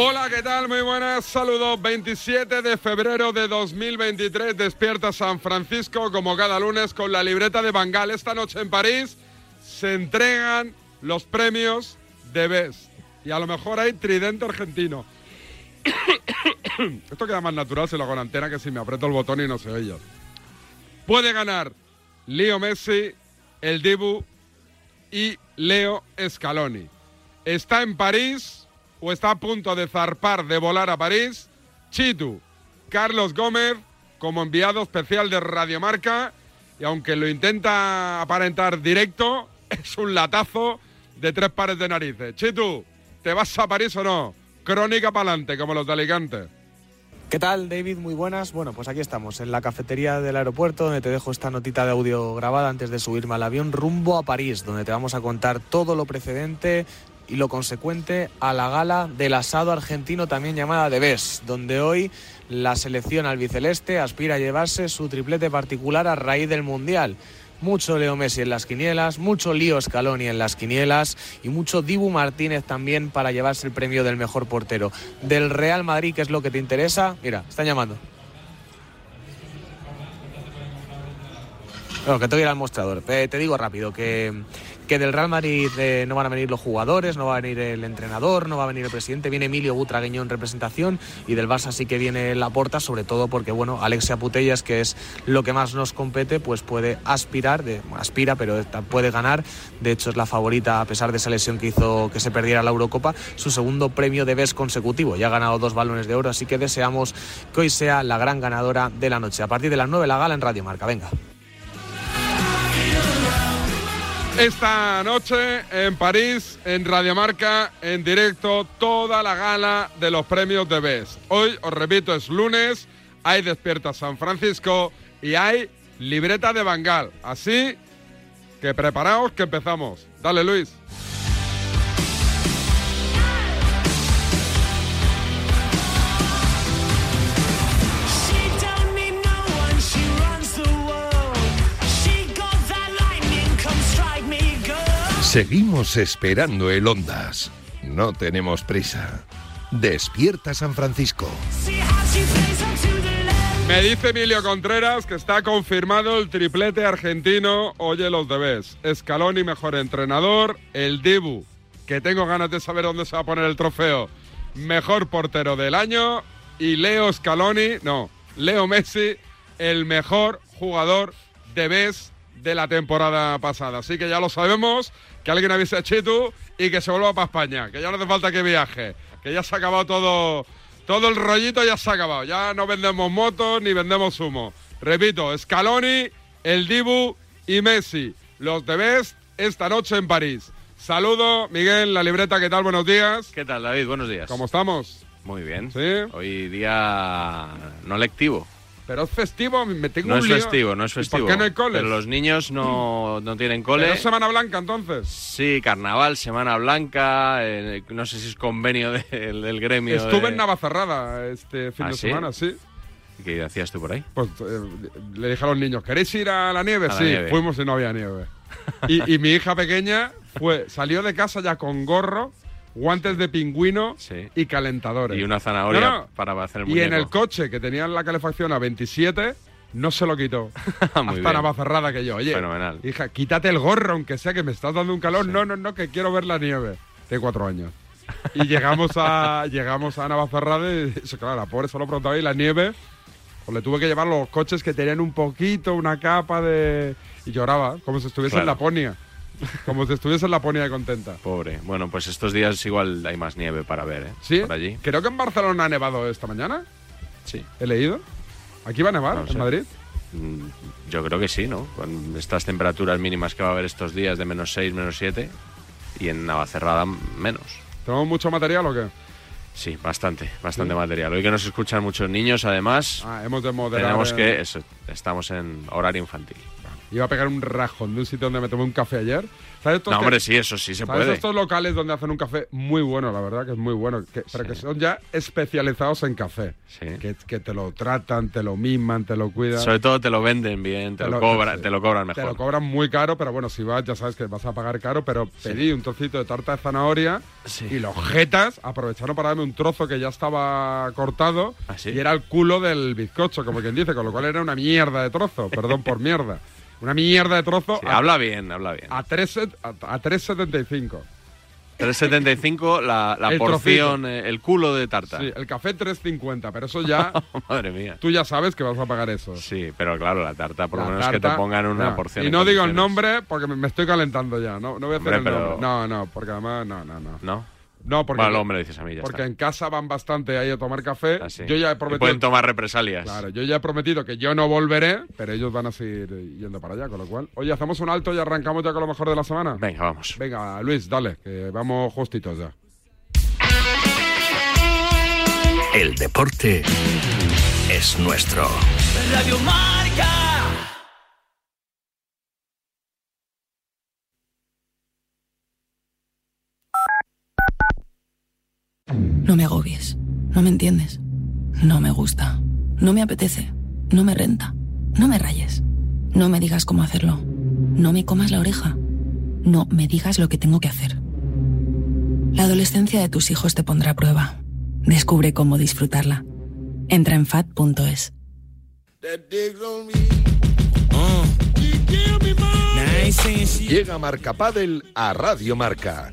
Hola, ¿qué tal? Muy buenas, saludos. 27 de febrero de 2023, despierta San Francisco como cada lunes con la libreta de Bangal. Esta noche en París se entregan los premios de Best. Y a lo mejor hay tridente argentino. Esto queda más natural si lo hago en antena que si me aprieto el botón y no se oye. Puede ganar Leo Messi, el Dibu y Leo Scaloni. ¿Está en París o está a punto de zarpar, de volar a París? Chitu, Carlos Gómez, como enviado especial de Radiomarca, y aunque lo intenta aparentar directo, es un latazo de tres pares de narices. Chitu, ¿te vas a París o no? Crónica pa'lante, como los de Alicante. ¿Qué tal, David? Muy buenas. Bueno, pues aquí estamos, en la cafetería del aeropuerto, donde te dejo esta notita de audio grabada antes de subirme al avión rumbo a París, donde te vamos a contar todo lo precedente y lo consecuente a la gala del asado argentino, también llamada de Bes, donde hoy la selección albiceleste aspira a llevarse su triplete particular a raíz del Mundial. Mucho Leo Messi en las quinielas, mucho Lío Scaloni en las quinielas y mucho Dibu Martínez también para llevarse el premio del mejor portero. Del Real Madrid, que es lo que te interesa, mira, están llamando. Bueno, que te voy a ir al mostrador. Eh, te digo rápido que, que del Real Madrid eh, no van a venir los jugadores, no va a venir el entrenador, no va a venir el presidente, viene Emilio Butragueño en representación y del Barça sí que viene Laporta, sobre todo porque, bueno, Alexia Putellas, que es lo que más nos compete, pues puede aspirar, de, bueno, aspira, pero esta- puede ganar, de hecho es la favorita a pesar de esa lesión que hizo que se perdiera la Eurocopa, su segundo premio de vez consecutivo, ya ha ganado dos balones de oro, así que deseamos que hoy sea la gran ganadora de la noche. A partir de las 9 la gala en Radio Marca, venga. Esta noche en París, en Radiomarca, en directo, toda la gala de los premios de Best. Hoy, os repito, es lunes, hay Despierta San Francisco y hay Libreta de Bangal. Así que preparaos que empezamos. Dale, Luis. She don't need no one, she runs the world. She got that lightning, come strike me, girl. Seguimos esperando el Ondas. No tenemos prisa. Despierta San Francisco. See how she plays up to the left. Me dice Emilio Contreras que está confirmado el triplete argentino. Oye, los debes. Scaloni, mejor entrenador. El Dibu, que tengo ganas de saber dónde se va a poner el trofeo. Mejor portero del año. Y Leo Scaloni, no, Leo Messi, el mejor jugador de BES de la temporada pasada. Así que ya lo sabemos, que alguien avise a Chitu y que se vuelva para España, que ya no hace falta que viaje, que ya se ha acabado todo, todo el rollito ya se ha acabado. Ya no vendemos motos ni vendemos humo. Repito, Scaloni, el Dibu y Messi, los de Best esta noche en París. Saludo, Miguel, la libreta, ¿qué tal? Buenos días. ¿Qué tal, David? Buenos días. ¿Cómo estamos? Muy bien. Sí. Hoy día no lectivo. Pero es festivo, me tengo No un es lío. festivo, no es ¿Y por festivo. qué no hay coles? Mm. Pero los niños no, no tienen cole. ¿Pero es Semana Blanca entonces? Sí, carnaval, Semana Blanca, eh, no sé si es convenio de- del, del gremio. Estuve de- en Navazarrada este fin eh. ¿Ah, de sí? semana, sí. ¿Qué hacías tú por ahí? Pues eh, le dije a los niños, ¿queréis ir a la nieve? A la sí, nieve. fuimos y no había nieve. Y, y mi hija pequeña fue, salió de casa ya con gorro, guantes de pingüino Sí. y calentadores. Y una zanahoria No, no. para hacer el Y en el muñeco. coche, que tenían la calefacción a 27, no se lo quitó. Ah, Muy Hasta bien. Navazarrada que yo. Oye, Fenomenal. hija, quítate el gorro, aunque sea que me estás dando un calor. No, no, no, que quiero ver la nieve. De cuatro años. Y llegamos a, llegamos a Navacerrada y, eso, claro, la pobre solo preguntaba y la nieve. Pues le tuve que llevar los coches que tenían un poquito, una capa de... Y lloraba, como si estuviese en Claro. Laponia. Como si estuviese en Laponia de contenta. Pobre. Bueno, pues estos días igual hay más nieve para ver, ¿eh? ¿Sí? Por allí. Creo que en Barcelona ha nevado esta mañana. Sí. He leído. ¿Aquí va a nevar? No ¿En sé. Madrid? Mm, Yo creo que sí, ¿no? Con estas temperaturas mínimas que va a haber estos días de menos 6, menos 7 y en Navacerrada menos. ¿Tenemos mucho material o qué? Sí, bastante, bastante material. Hoy que nos escuchan muchos niños, además, Ah, hemos de moderar. tenemos eh. que... eso, estamos en horario infantil. Iba a pegar un rajón de un sitio donde me tomé un café ayer. ¿Sabes estos No, que- hombre, sí, eso sí se ¿Sabes puede. estos locales donde hacen un café muy bueno, la verdad, que es muy bueno? que- Pero que son ya especializados en café. Sí. Que, que te lo tratan, te lo miman, te lo cuidan. Sobre todo te lo venden bien, te, Te lo, lo- cobran, sí. te lo cobran Te lo mejor. cobran muy caro, pero bueno, si vas, ya sabes que vas a pagar caro. Pero pedí un trocito de tarta de zanahoria Sí. y los jetas aprovecharon para darme un trozo que ya estaba cortado ¿Ah, sí? y era el culo del bizcocho, como quien dice, con lo cual era una mierda de trozo, perdón por mierda. Una mierda de trozo Sí, a, habla bien, habla bien. a, 3, a, a 3,75. 3.75 la, la El porción, eh, el culo de tarta. Sí, el café 3,50, pero eso ya, Madre mía. tú ya sabes que vas a pagar eso. Sí, pero claro, la tarta, por lo La menos que te tarta, pongan una no, porción. Y en no digo el condiciones. nombre porque me, me estoy calentando ya. No, no voy a hacer Hombre, el pero- nombre. No, no, porque además, no, no, no. ¿No? No, porque, Bueno, luego me lo dices a mí, ya porque está. en casa van bastante ahí a tomar café. Así. Yo ya he Y prometido. Pueden tomar represalias. Claro, yo ya he prometido que yo no volveré, pero ellos van a seguir yendo para allá, con lo cual. Oye, hacemos un alto y arrancamos ya con lo mejor de la semana. Venga, vamos. Venga, Luis, dale, que vamos justitos ya. El deporte es nuestro. Radio Marca. No me agobies. No me entiendes. No me gusta. No me apetece. No me renta. No me rayes. No me digas cómo hacerlo. No me comas la oreja. No me digas lo que tengo que hacer. La adolescencia de tus hijos te pondrá a prueba. Descubre cómo disfrutarla. Entra en fat.es. Oh. Llega Marca Padel a Radio Marca,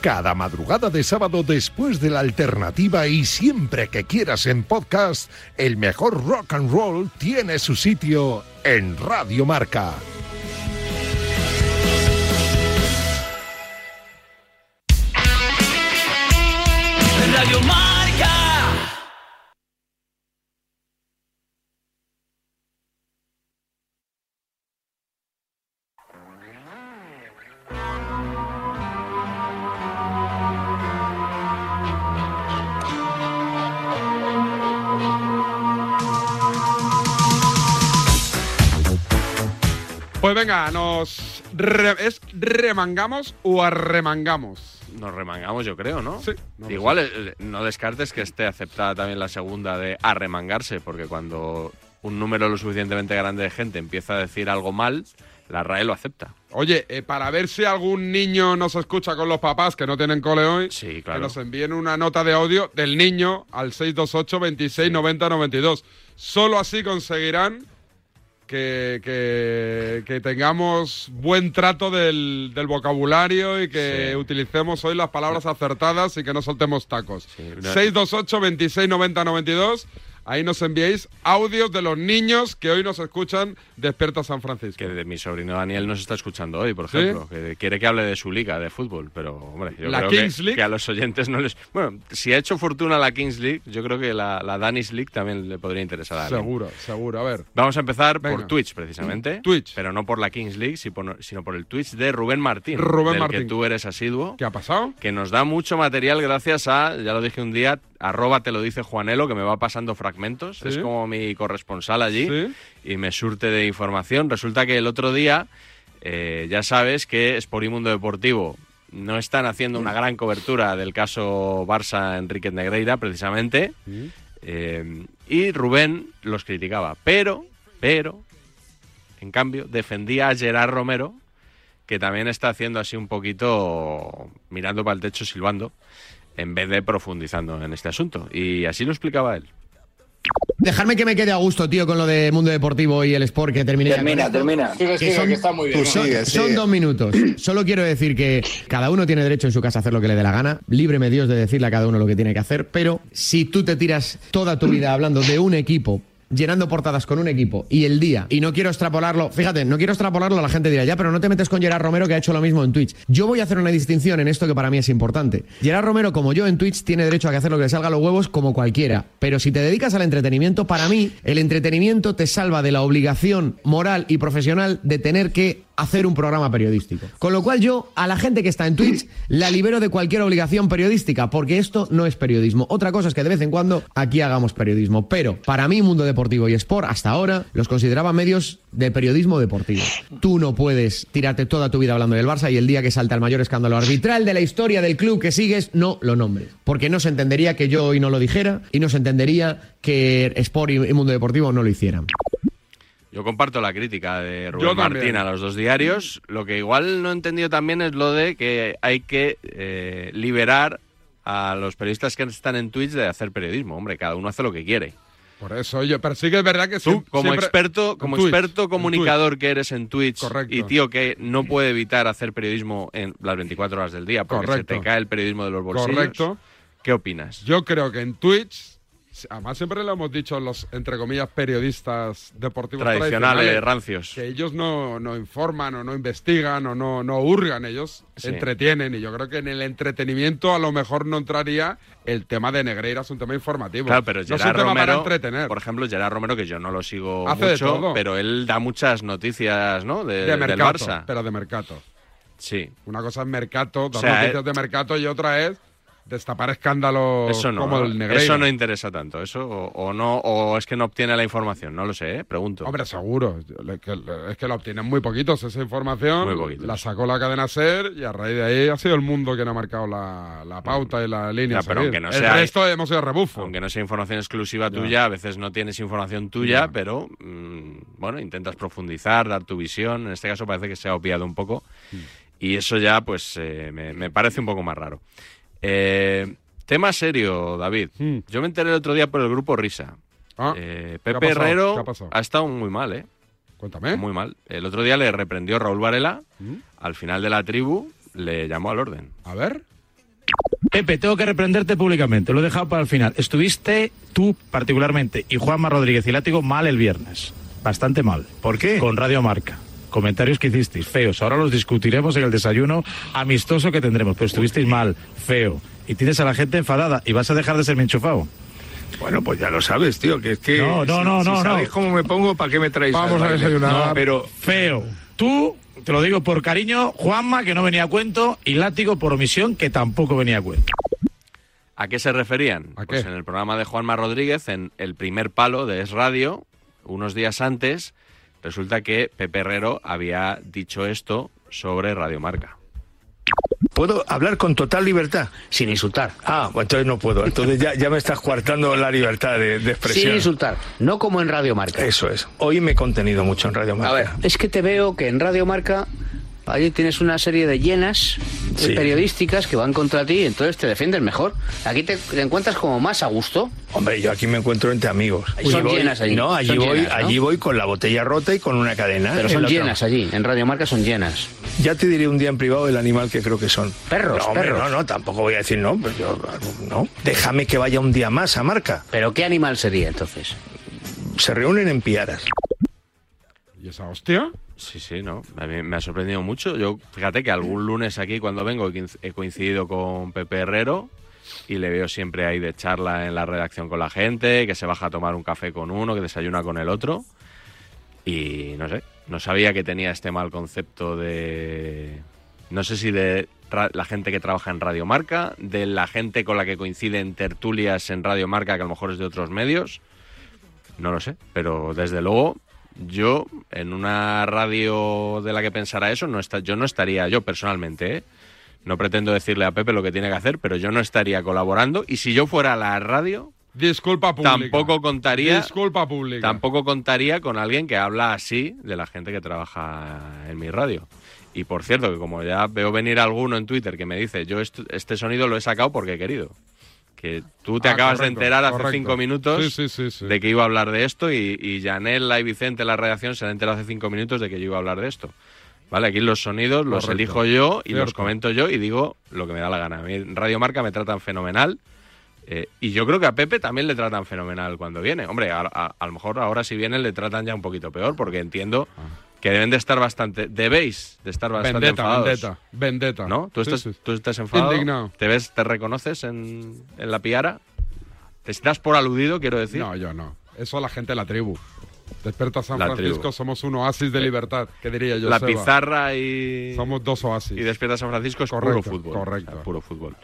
Cada madrugada de sábado después de la alternativa y siempre que quieras en podcast, el mejor rock and roll tiene su sitio en Radio Marca. Radio Marca. Pues venga, nos. re- ¿Es remangamos o arremangamos? Nos remangamos, yo creo, ¿no? Sí, no lo Igual eh, no descartes que esté aceptada también la segunda de arremangarse, porque cuando un número lo suficientemente grande de gente empieza a decir algo mal, la RAE lo acepta. Oye, eh, para ver si algún niño nos escucha con los papás que no tienen cole hoy, Sí, claro. que nos envíen una nota de audio del niño al 628 26 90 92. Solo así conseguirán que, que- que tengamos buen trato del, del vocabulario y que Sí. utilicemos hoy las palabras acertadas y que no soltemos tacos. Sí, una- 628 26 90 92. ahí nos enviéis audios de los niños que hoy nos escuchan Desperta San Francisco. Que de mi sobrino Daniel nos está escuchando hoy, por ejemplo. Que quiere que hable de su liga de fútbol, pero hombre, yo La creo Kings que, League. que a los oyentes no les. Bueno, si ha hecho fortuna la Kings League, yo creo que la, la Danish League también le podría interesar a alguien. Seguro, seguro. A ver, Vamos a empezar Venga. Mm, por Twitch, precisamente. Twitch. Pero no por la Kings League, si por- sino por el Twitch de Rubén Martín. Rubén del Martín. que tú eres asiduo. ¿qué ha pasado? Que nos da mucho material gracias a, ya lo dije un día, arroba te lo dice Juanelo, que me va pasando fragmentos. Sí. Es como mi corresponsal allí Sí. y me surte de información. Resulta que el otro día, eh, ya sabes que Sporimundo Deportivo no están haciendo una gran cobertura del caso Barça Enrique Negreira, precisamente. Eh, y Rubén los criticaba. Pero, pero, en cambio, defendía a Gerard Romero, que también está haciendo así un poquito mirando para el techo, silbando, en vez de profundizando en este asunto. Y así lo explicaba él. Dejarme que me quede a gusto, tío, con lo de Mundo Deportivo y el Sport que terminé. ya con esto. termina. Que son, son- son dos minutos. Solo quiero decir que cada uno tiene derecho en su casa a hacer lo que le dé la gana. Líbreme Dios de decirle a cada uno lo que tiene que hacer. Pero si tú te tiras toda tu vida hablando de un equipo, llenando portadas con un equipo y el día, y no quiero extrapolarlo, fíjate, no quiero extrapolarlo, la gente dirá, ya, pero no te metes con Gerard Romero que ha hecho lo mismo en Twitch. Yo voy a hacer una distinción en esto que para mí es importante. Gerard Romero, como yo en Twitch, tiene derecho a que hacer lo que le salga a los huevos como cualquiera. Pero si te dedicas al entretenimiento, para mí, el entretenimiento te salva de la obligación moral y profesional de tener que hacer un programa periodístico. Con lo cual yo a la gente que está en Twitch la libero de cualquier obligación periodística, porque esto no es periodismo. Otra cosa es que de vez en cuando aquí hagamos periodismo, pero para mí Mundo Deportivo y Sport hasta ahora los consideraba medios de periodismo deportivo. Tú no puedes tirarte toda tu vida hablando del Barça y el día que salta el mayor escándalo arbitral de la historia del club que sigues, no lo nombres, porque no se entendería que yo hoy no lo dijera y no se entendería que Sport y y Mundo Deportivo no lo hicieran. Yo comparto la crítica de Rubén Yo también. Martín a los dos diarios. Lo que igual no he entendido también es lo de que hay que eh, liberar a los periodistas que están en Twitch de hacer periodismo. Hombre, cada uno hace lo que quiere. Por eso, yo, pero sí que es verdad que Tú, siem- como siempre- experto, en como Twitch, experto en comunicador que eres en Twitch Correcto. y tío que no puede evitar hacer periodismo en las 24 horas del día porque Correcto. se te cae el periodismo de los Twitch. bolsillos. Correcto. ¿Qué opinas? Yo creo que en Twitch, además siempre lo hemos dicho los, entre comillas, periodistas deportivos Tradicionales, tradicionales rancios. que ellos no, no informan o no investigan o no, no hurgan, ellos Sí. entretienen. Y yo creo que en el entretenimiento a lo mejor no entraría el tema de Negreira, es un tema informativo. Claro, pero no es un Gerard tema Romero, para entretener. por ejemplo, Gerard Romero, que yo no lo sigo Hace de todo. mucho, pero él da muchas noticias, ¿no? De, de del mercado, Barça. pero de mercado. Sí. Una cosa es mercado, dos O sea, eh, noticias de mercado y otra es destapar escándalos Eso no, ¿eh? como el Negreira. eso no interesa tanto. Eso o, o no, o es que no obtiene la información, no lo sé, ¿eh? pregunto. Hombre, seguro. Le- que- le- Es que la obtienen muy poquitos esa información. Muy poquitos. La sacó la cadena SER y a raíz de ahí ha sido el mundo quien ha marcado la, la pauta y la Ya, línea. a pero seguir. aunque no eh. el sea- resto hemos sido rebufo. Aunque no sea información exclusiva Ya. tuya, a veces no tienes información tuya, Ya. pero mm, bueno, intentas profundizar, dar tu visión. En este caso parece que se ha obviado un poco. Mm. Y eso ya, pues, eh, me, me parece un poco más raro. Eh, tema serio, David. Mm. Yo me enteré el otro día por el grupo Risa. Ah, Eh, ¿Qué Pepe ha pasado? ¿Qué Herrero ha pasado? ha estado muy mal, ¿eh? cuéntame. Muy mal. El otro día le reprendió Raúl Varela. Mm. Al final de la tribu le llamó al orden. A ver. Pepe, tengo que reprenderte públicamente. Lo he dejado para el final. Estuviste tú, particularmente, y Juanma Rodríguez y Látigo mal el viernes. Bastante mal. ¿Por qué? Con Radio Marca. Comentarios que hicisteis, feos. Ahora los discutiremos en el desayuno amistoso que tendremos. Pero estuvisteis mal, feo. Y tienes a la gente enfadada y vas a dejar de ser mi enchufado. Bueno, pues ya lo sabes, tío, que es que. No, no, no, no, no. sabéis cómo me pongo, ¿para qué me traéis Vamos al a baile? desayunar. No, pero Feo. Tú, te lo digo por cariño, Juanma, que no venía a cuento, y Látigo por omisión, que tampoco venía a cuento. ¿A qué se referían? ¿A Pues qué? en el programa de Juanma Rodríguez, en el primer palo de Es Radio, unos días antes, resulta que Pepe Herrero había dicho esto sobre Radio Marca. Puedo hablar con total libertad, sin insultar. Ah, pues bueno, entonces no puedo. Entonces ya, ya me estás coartando la libertad de, de Sin expresión. insultar, no como en Radio Marca. Eso es. Hoy me he contenido mucho en Radio Marca. A ver, es que te veo que en Radio Marca Ahí tienes una serie de llenas eh, Sí. periodísticas que van contra ti, entonces te defiendes mejor. Aquí te, te encuentras como más a gusto. Hombre, yo aquí me encuentro entre amigos. Ahí Y son voy- llenas allí, No, allí son voy, llenas, ¿no? allí voy con la botella rota y con una cadena. Pero en son la otra. llenas allí, en Radio Marca son llenas. Ya te diré un día en privado el animal que creo que son. Perros, no, hombre, perros. no, no, tampoco voy a decir no, pues yo no. Déjame que vaya un día más a marca. ¿Pero qué animal sería entonces? Se reúnen en piaras. ¿Y esa hostia? Sí, sí, no. A mí me ha sorprendido mucho. Yo, fíjate que algún lunes aquí cuando vengo he quinc- he coincidido con Pepe Herrero y le veo siempre ahí de charla en la redacción con la gente, que se baja a tomar un café con uno, que desayuna con el otro. Y no sé, no sabía que tenía este mal concepto de... No sé si de ra- la gente que trabaja en Radio Marca, de la gente con la que coinciden tertulias en Radio Marca, que a lo mejor es de otros medios. No lo sé, pero desde luego yo en una radio de la que pensara eso no está, yo no estaría yo personalmente, ¿eh? no pretendo decirle a Pepe lo que tiene que hacer, pero yo no estaría colaborando y si yo fuera a la radio disculpa pública. tampoco contaría Disculpa pública. tampoco contaría con alguien que habla así de la gente que trabaja en mi radio. Y por cierto que como ya veo venir alguno en Twitter que me dice yo est- este sonido lo he sacado porque he querido. Que tú te Ah, acabas correcto, de enterar hace correcto. cinco minutos Sí, sí, sí, sí. de que iba a hablar de esto y, y Janela y Vicente, la redacción, se han enterado hace cinco minutos de que yo iba a hablar de esto. Vale, aquí los sonidos los Correcto. elijo yo y los Cierto. comento yo y digo lo que me da la gana. A mí en Radio Marca me tratan fenomenal eh, y yo creo que a Pepe también le tratan fenomenal cuando viene. Hombre, a, a- a lo mejor ahora si viene le tratan ya un poquito peor porque entiendo que deben de estar bastante, debéis de estar bastante vendetta, enfadados. vendetta, vendetta. ¿No? ¿Tú Sí, estás, sí. tú estás enfadado? Indignado. ¿Te ves, te reconoces en, en la piara? ¿Te estás por aludido, quiero decir? No, yo no. Eso la gente de la tribu. Desperta San La Francisco, tribu. Eh, somos un oasis de libertad, que diría yo. la Seba. pizarra y. Somos dos oasis. Y despierta San Francisco es Correcto, puro fútbol. correcto. O sea, puro fútbol.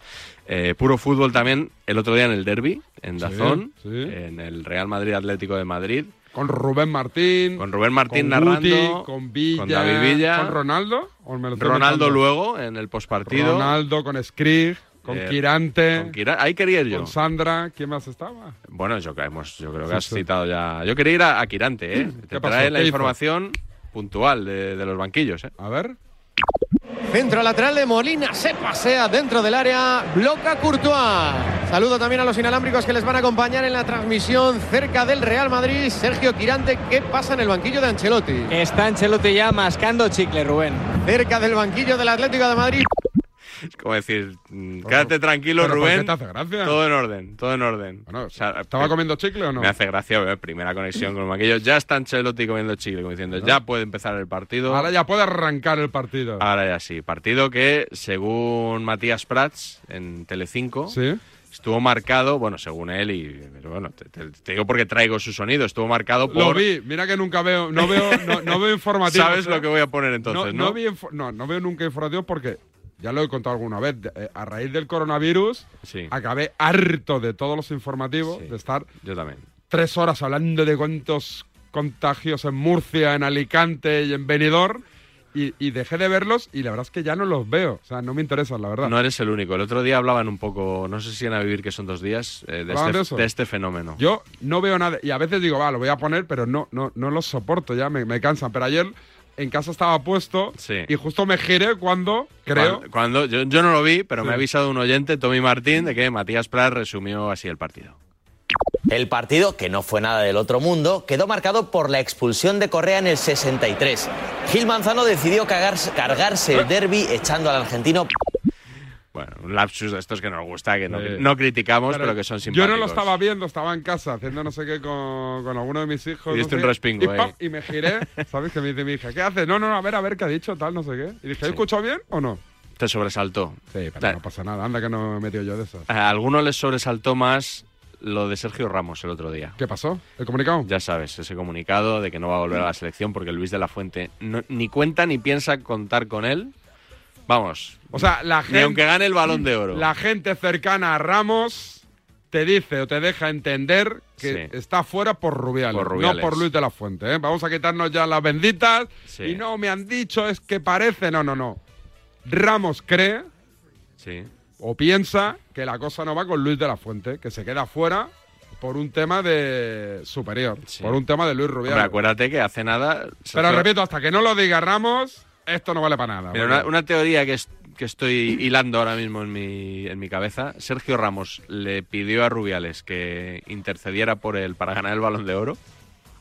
Eh, puro fútbol también el otro día en el derby, en Sí, Dazón, sí. en el Real Madrid Atlético de Madrid. Con Rubén Martín. Con Rubén Martín con narrando. Guti, con Villa. con David Villa. ¿Con Ronaldo? ¿O me lo estoy Ronaldo inventando? luego en el postpartido. Ronaldo, con Skrig, con Eh, Quirante. con Quira- ahí quería ir yo. Con Sandra. ¿Quién más estaba? Bueno, yo, que hemos- yo creo que Sí, has sí. citado ya. Yo quería ir a, a Quirante, ¿eh? Te pasó? trae la ¿Qué hizo? información puntual de, de los banquillos, ¿eh? A ver. Centro lateral de Molina, se pasea dentro del área, bloca Courtois. Saludo también a los inalámbricos que les van a acompañar en la transmisión cerca del Real Madrid. Sergio Quirante, ¿qué pasa en el banquillo de Ancelotti? Está Ancelotti ya mascando chicle, Rubén. Cerca del banquillo del Atlético de Madrid. Es como decir, mm, quédate tranquilo, ¿Pero por qué Rubén. te hace gracia? Todo en orden, todo en orden. O sea, ¿Estaba eh, comiendo chicle o no? Me hace gracia ver primera conexión con aquello. Ya está Ancelotti comiendo chile, como diciendo, ya puede empezar el partido. Ahora ya puede arrancar el partido. Ahora ya sí. Partido que, según Matías Prats en Telecinco, Sí. estuvo marcado, bueno, según él, y pero bueno, te, te- te digo porque traigo su sonido, estuvo marcado por... Lo vi. Mira que nunca veo. No veo, no, no veo informativo. Sabes lo que voy a poner entonces, no, ¿no? no vi info- no, no veo nunca informativo porque ya lo he contado alguna vez. de- eh, a raíz del coronavirus, Sí. acabé harto de todos los informativos, de estar Yo también. tres horas hablando de cuántos contagios en Murcia, en Alicante y en Benidorm. Y, y dejé de verlos y la verdad es que ya no los veo. O sea, no me interesan, la verdad. No eres el único. El otro día hablaban un poco, no sé si en A Vivir, que son dos días, eh, de, ¿Hablaban este, de eso? de este fenómeno. Yo no veo nada. Y a veces digo, va, lo voy a poner, pero no, no, no los soporto, ya me, me cansan. Pero ayer en casa estaba puesto Sí. y justo me giré cuando, creo, Cuando, cuando- yo, yo no lo vi, pero Sí. me ha avisado un oyente, Tommy Martín, de que Matías Prat resumió así el partido. El partido, que no fue nada del otro mundo, quedó marcado por la expulsión de Correa en el 63. Gil Manzano decidió cagarse- cargarse el derby echando al argentino. Bueno, un lapsus de estos que nos gusta, que no, Sí. no criticamos, pero, Claro, que son Yo simpáticos. no lo estaba viendo, estaba en casa haciendo no sé qué con, con alguno de mis hijos. Y diste no sé un qué, respingo, y, pam, eh. y me giré, ¿sabes? Que me dice mi hija, ¿qué haces? No, no, no, a ver, a ver qué ha dicho, tal, no sé qué. Y dije, ¿he escuchado bien o no? Te sobresaltó. Sí, pero Ta- no pasa nada, anda que no me he metido yo de eso. A algunos les sobresaltó más lo de Sergio Ramos el otro día. ¿Qué pasó? ¿El comunicado? Ya sabes, ese comunicado de que no va a volver a la selección porque Luis de la Fuente no- ni cuenta ni piensa contar con él. Vamos. O sea, la Ni gente- aunque gane el balón de oro. Eh, La gente cercana a Ramos te dice o te deja entender que Sí. está fuera por Rubiales, Por Rubiales. no por Luis de la Fuente. ¿eh? Vamos a quitarnos ya las benditas. Sí. Y no, me han dicho, es que parece. No, no, no. Ramos cree Sí. o piensa que la cosa no va con Luis de la Fuente, que se queda fuera por un tema de superior, por un tema de Luis Hombre, Rubiales. acuérdate que hace nada. Pero Sergio- repito, hasta que no lo diga Ramos, esto no vale para nada. Mira, una, una teoría que, es- que estoy hilando ahora mismo en mi, en mi cabeza. Sergio Ramos le pidió a Rubiales que intercediera por él para ganar el balón de oro.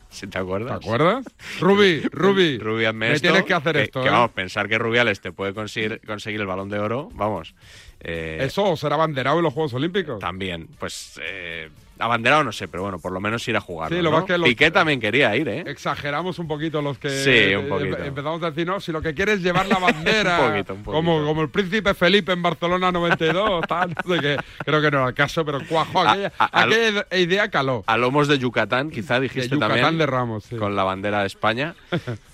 ¿Se te acuerdas? ¿Te acuerdas? Rubi, Rubi, Rubi, hazme me esto, tienes que hacer esto, Que, ¿eh? vamos, pensar que Rubiales te puede conseguir, conseguir el balón de oro, vamos. eh, ¿Eso será abanderado en los Juegos Olímpicos? También, pues eh, abanderado no sé, pero bueno, por lo menos ir a jugar. Sí, lo más que los- Piqué también quería ir, ¿eh? Exageramos un poquito los que Sí, un eh, poquito. empe- empezamos a decir, no, si lo que quieres es llevar la bandera, Un poquito, un poquito. Como, como el príncipe Felipe en Barcelona 92, tal, no sé qué. creo que no era el caso, pero cuajo, A- aquella, a- a- aquella idea caló. A lomos de Yucatán, quizá dijiste De Yucatán Este también. de Ramos, Con la bandera de España.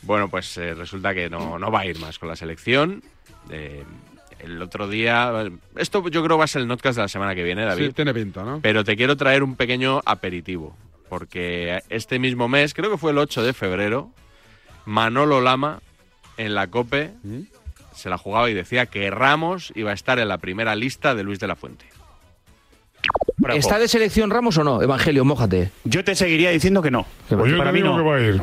bueno, pues eh, resulta que no, no va a ir más con la selección. Eh, el otro día. Esto yo creo va a ser el notcast de la semana que viene, David. Sí, tiene pinta, ¿no? Pero te quiero traer un pequeño aperitivo. Porque este mismo mes, creo que fue el 8 de febrero, Manolo Lama en la COPE se la jugaba y decía que Ramos iba a estar en la primera lista de Luis de la Fuente. ¿Está de selección Ramos o no? Evangelio, mójate. Yo te seguiría diciendo que no. Pues yo te digo que va a ir.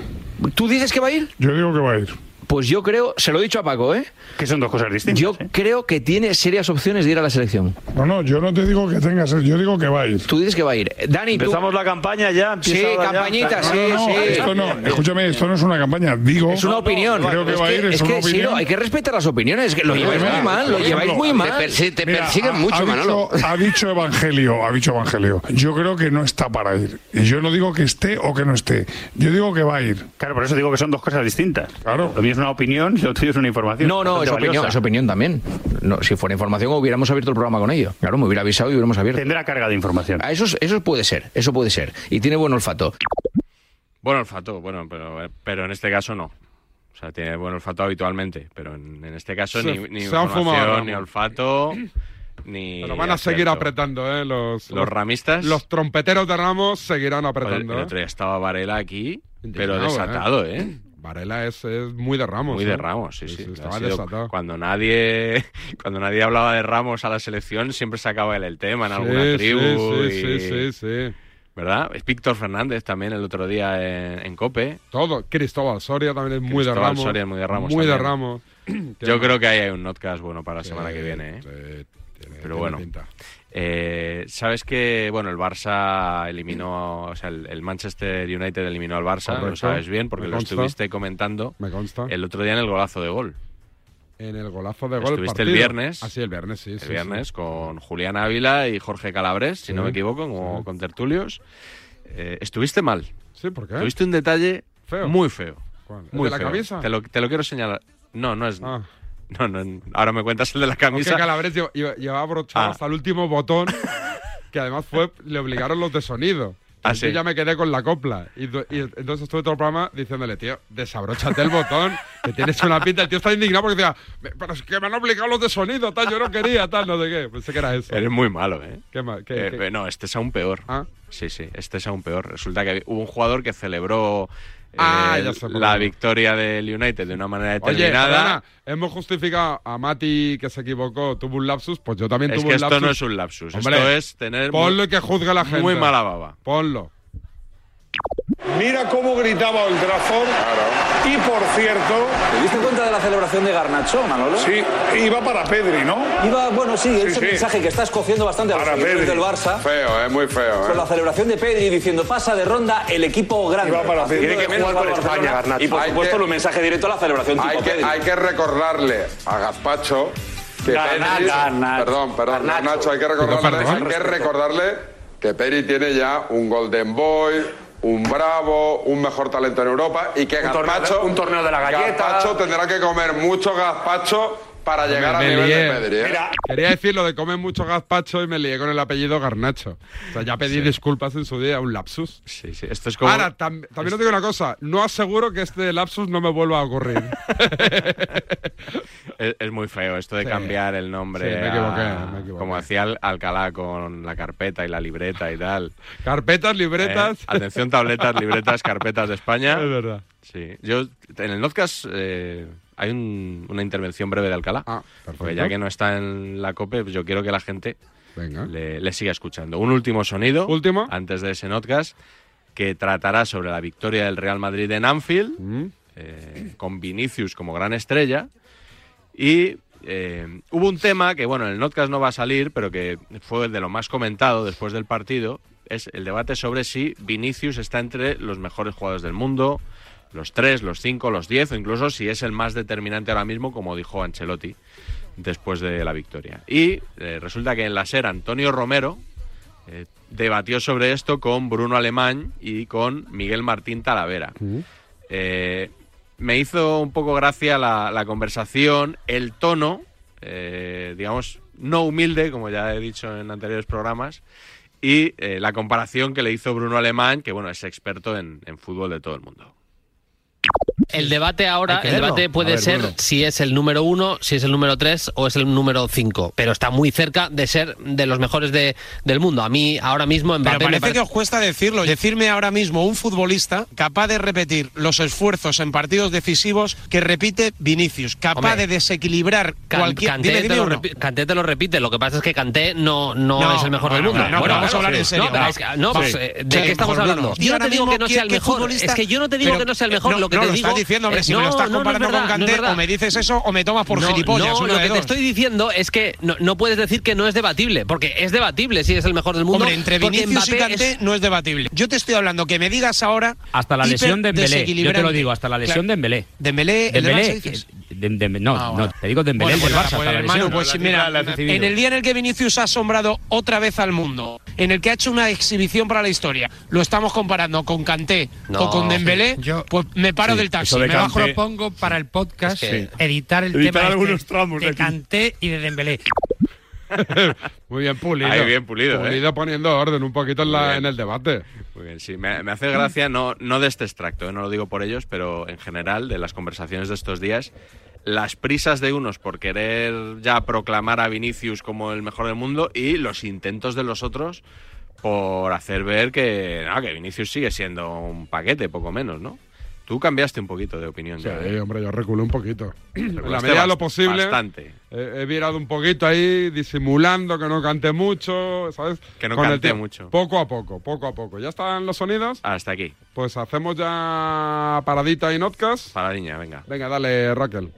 ¿Tú dices que va a ir? Yo digo que va a ir. Pues yo creo, se lo he dicho a Paco, ¿eh? Que son dos cosas distintas. Yo ¿eh? creo que tiene serias opciones de ir a la selección. No, no, yo no te digo que tengas, yo digo que va a ir. Tú dices que va a ir. Eh, Dani, tú- Empezamos la campaña ya. empieza Sí, ahora ya. campañita, sí, No, no, no, sí. esto no, Eh, escúchame, esto no es una campaña, digo. Es una opinión. Creo que Es va a ir, es, es una que, Siro, opinión. hay que respetar las opiniones, que lo lleváis muy mal, lo lleváis muy mal. Mira, ha- ha Dicho, ha dicho Evangelio, ha dicho Evangelio. Yo creo que no está para ir. Y yo no digo que esté o que no esté. Yo digo que va a ir. Claro, por eso digo que son dos cosas distintas. Claro. Lo mío es una opinión y lo tuyo es una información. No, no, Bastante es opinión, valiosa. es opinión también. No, si fuera información hubiéramos abierto el programa con ello. Claro, me hubiera avisado y hubiéramos abierto. Tendrá carga de información. Eso, es- eso puede ser, eso puede ser. Y tiene buen olfato. Buen olfato, bueno, pero, pero en este caso no. O sea, tiene buen olfato habitualmente, pero en, en este caso Se- ni, ni se han fumado, información, ni Ramón. olfato, ni... Pero van a seguir acierto. apretando, ¿eh? Los, Los ramistas. Los trompeteros de Ramos seguirán Oye, apretando. el ¿eh? otro día estaba Varela aquí, pero Indignado, desatado, ¿eh? Varela es, es muy de Ramos. Muy ¿eh? de Ramos, sí, sí. Ha Estaba sido- desatado. cuando nadie cuando nadie hablaba de Ramos a la selección, siempre sacaba él el tema en alguna Sí, tribu. sí, sí, y- sí, sí. ¿Verdad? Es Víctor Fernández también el otro día en, en Cope. Todo. Cristóbal Soria también es muy de Cristóbal Ramos. Soria es muy de Ramos Muy de también. Ramos. Yo creo que ahí hay un notcast bueno para la semana que viene. ¿eh? Pero bueno. Eh, Sabes que bueno el Barça eliminó, o sea, el, el Manchester United eliminó al Barça, lo Correcto. sabes bien, porque Me lo consta. estuviste comentando Me consta. el otro día en el golazo de gol. En el golazo de gol. Estuviste el partido. viernes. Ah, sí, el viernes, sí. sí, el sí. viernes con Julián Ávila y Jorge Calabres, si Sí, no me equivoco, como con tertulios. Eh, estuviste mal. Sí, ¿por qué? Tuviste un detalle ¿Eh? Feo. muy feo. ¿Cuál? ¿El Muy de la feo. camisa? Ah. Te lo, te lo quiero señalar. No, no es. No, no, ahora me cuentas el de la Aunque camisa. Calabres lle- lle- llevaba abrochado Ah. hasta el último botón, que además fue le obligaron los de sonido. Ah, Y sí. Yo ya me quedé con la copla. Y, du- y entonces estuve todo el programa diciéndole, tío, desabróchate el botón, que tienes una pinta. El tío está indignado porque decía, "Me- pero es que me han obligado los de sonido, tal, yo no quería, tal, no sé qué. Pensé que era eso. Eres muy malo, ¿eh? Qué mal, qué- Eh, qué- ¿Ah? eh, No, este es aún peor. Sí, sí, este es aún peor. Resulta que hubo un jugador que celebró eh, Ah, ya sé por la dónde. victoria del United de una manera Oye, determinada. perdona, hemos justificado a Mati que se equivocó, tuvo un lapsus, pues yo también es tuve que un esto lapsus. no es un lapsus, esto Hombre, es tener Ponlo y que juzgue la gente. muy mala baba. Ponlo. Mira cómo gritaba Old Trafford. Y por cierto. ¿Te diste cuenta de la celebración de Garnacho, Manolo? Sí, iba para Pedri, ¿no? Iba, bueno, sí, ese mensaje que está escociendo bastante a los seguidores del Barça. Feo, es muy feo. eh. Con la celebración de Pedri diciendo pasa de ronda el equipo grande. Iba para Pedri. Haciendo Tiene que menos jugar al con España, Barcelona. Garnacho. Y por Hay supuesto, que- un mensaje directo a la celebración Hay tipo que, Pedri. hay que recordarle a Gazpacho que Garnacho. Pedri- Garnacho. perdón, perdón, Garnacho. Garnacho, hay que recordarle, Perdón, perdón. hay que recordarle que Pedri tiene ya un Golden Boy, un Bravo, un mejor talento en Europa y que Un torneo de- Gazpacho un torneo de la galleta. Gazpacho tendrá que comer mucho gazpacho para llegar al Me nivel de lié. Pedri. ¿eh? Quería decir lo de comer mucho gazpacho y me lié con el apellido Garnacho. O sea, ya pedí disculpas en su día, un lapsus. Sí, sí, esto es como- Ahora, tam- también os digo una cosa, no aseguro que este lapsus no me vuelva a ocurrir. Es, es muy feo esto de Sí. cambiar el nombre. Sí, me equivoqué, a- me equivoqué. Como hacía Al- Alcalá con la carpeta y la libreta y tal. Carpetas, libretas. Eh, Atención, tabletas, libretas, carpetas de España. Es verdad. Sí. Yo, en el podcast eh, hay un- una intervención breve de Alcalá. Porque ya que no está en la COPE, pues yo quiero que la gente le, le siga escuchando. Un último sonido. Último. Antes de ese podcast que tratará sobre la victoria del Real Madrid en Anfield eh, con Vinicius como gran estrella. Y eh, hubo un tema que, bueno, en el podcast no va a salir, pero que fue el de lo más comentado después del partido, es el debate sobre si Vinicius está entre los mejores jugadores del mundo, los tres, los cinco, los diez, o incluso si es el más determinante ahora mismo, como dijo Ancelotti después de la victoria. Y eh, resulta que en la SER Antonio Romero eh, debatió sobre esto con Bruno Alemán y con Miguel Martín Talavera. Eh, me hizo un poco gracia la, la conversación, el tono, eh, digamos, no humilde, como ya he dicho en anteriores programas, y eh, la comparación que le hizo Bruno Alemán, que bueno, es experto en, en fútbol de todo el mundo. El debate ahora, Hay que el verlo. debate puede A ver, ser Bruno. si es el número uno, si es el número tres o es el número cinco, pero está muy cerca de ser de los mejores de- del mundo. A mí ahora mismo Pero Mbappé me parece parece- que os cuesta decirlo. Decirme ahora mismo un futbolista capaz de repetir los esfuerzos en partidos decisivos que repite Vinicius, capaz Hombre, de desequilibrar Can- cualquier. Kanté dime, te dime lo uno. repi- Kanté te lo repite, lo que pasa es que Kanté no, no, No, es el mejor del bueno, mundo. no, pero vamos a hablar en serio. No, pero Va. es que- no, Sí. pues, eh, ¿de Sí, qué estamos por Bruno. hablando? Y Yo no ahora te digo mismo, que no ¿qué- sea el qué mejor. futbolista? Es que yo no te digo Pero- que no sea el eh, mejor. no, lo que no, te lo digo. estás diciendo, hombre, eh, si me lo no, estás no es comparando verdad, con no es Kanté, verdad. o me dices eso o me tomas Ah, por No, gilipollas. No, una lo de que te dos. estoy diciendo es que no, no puedes decir que no es debatible, porque es debatible si es el mejor del mundo. Hombre, entre porque Vinicius y Mbappé Kanté es- no es debatible. Yo te estoy hablando que me digas ahora. Hasta la lesión de Dembélé, yo te lo hiperdesequilibrante. digo, hasta la lesión Claro. de Dembélé. Dembélé, el Dembélé, del Barça, dices. que- de- de- no, Ah, no, te digo Dembélé Bueno, del pues Barça, nada, hasta la pues, hermano, lesión. pues mira, en el día en el que Vinicius ha asombrado otra vez al mundo, en el que ha hecho una exhibición para la historia, lo estamos comparando con Kanté No. o con Dembélé, pues me paro Sí, del taxi. eso de me bajo Kanté- los po- propongo para el podcast Es que- editar el Editar tema algunos este de Kanté y de Dembélé. Muy bien pulido. Ahí, bien pulido, ¿eh? poniendo orden un poquito en, la- en el debate. Muy bien, sí, me, me hace gracia, no, no de este extracto, eh, no lo digo por ellos, pero en general de las conversaciones de estos días, las prisas de unos por querer ya proclamar a Vinicius como el mejor del mundo y los intentos de los otros por hacer ver que, no, que Vinicius sigue siendo un paquete, poco menos, ¿no? Tú cambiaste un poquito de opinión. Sí, ya, ¿eh? hombre, yo reculé un poquito. En la Reculaste medida de lo este bast- posible. Bastante. He, he virado un poquito ahí, disimulando que no cante mucho, ¿sabes? Que no Con el cante tiempo. mucho. Poco a poco, poco a poco. ¿Ya están los sonidos? Hasta aquí. Pues hacemos ya paradita y notcast. Paradinha, venga. Venga, dale, Raquel.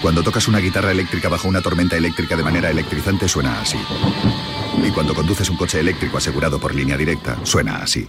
Cuando tocas una guitarra eléctrica bajo una tormenta eléctrica de manera electrizante suena así. Y cuando conduces un coche eléctrico asegurado por línea directa, suena así.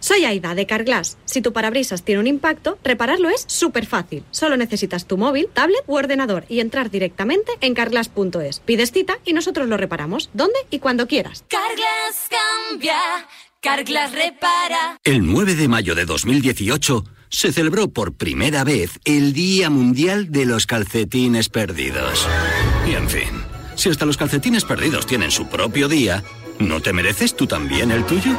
Soy Aida de Carglass. Si tu parabrisas tiene un impacto, repararlo es súper fácil. Solo necesitas tu móvil, tablet u ordenador y entrar directamente en carglass.es. Pides cita y nosotros lo reparamos donde y cuando quieras. Carglass cambia, Carglass repara. El 9 de mayo de 2018 se celebró por primera vez el Día Mundial de los Calcetines Perdidos. Y en fin, si hasta los calcetines perdidos tienen su propio día, ¿no te mereces tú también el tuyo?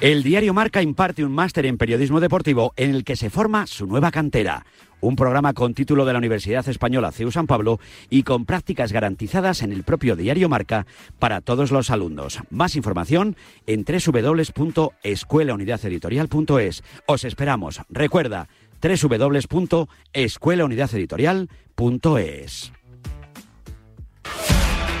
El diario Marca imparte un máster en periodismo deportivo en el que se forma su nueva cantera. Un programa con título de la Universidad Española CEU San Pablo y con prácticas garantizadas en el propio diario Marca para todos los alumnos. Más información en www.escuelaunidadeditorial.es. Os esperamos. Recuerda, www.escuelaunidadeditorial.es.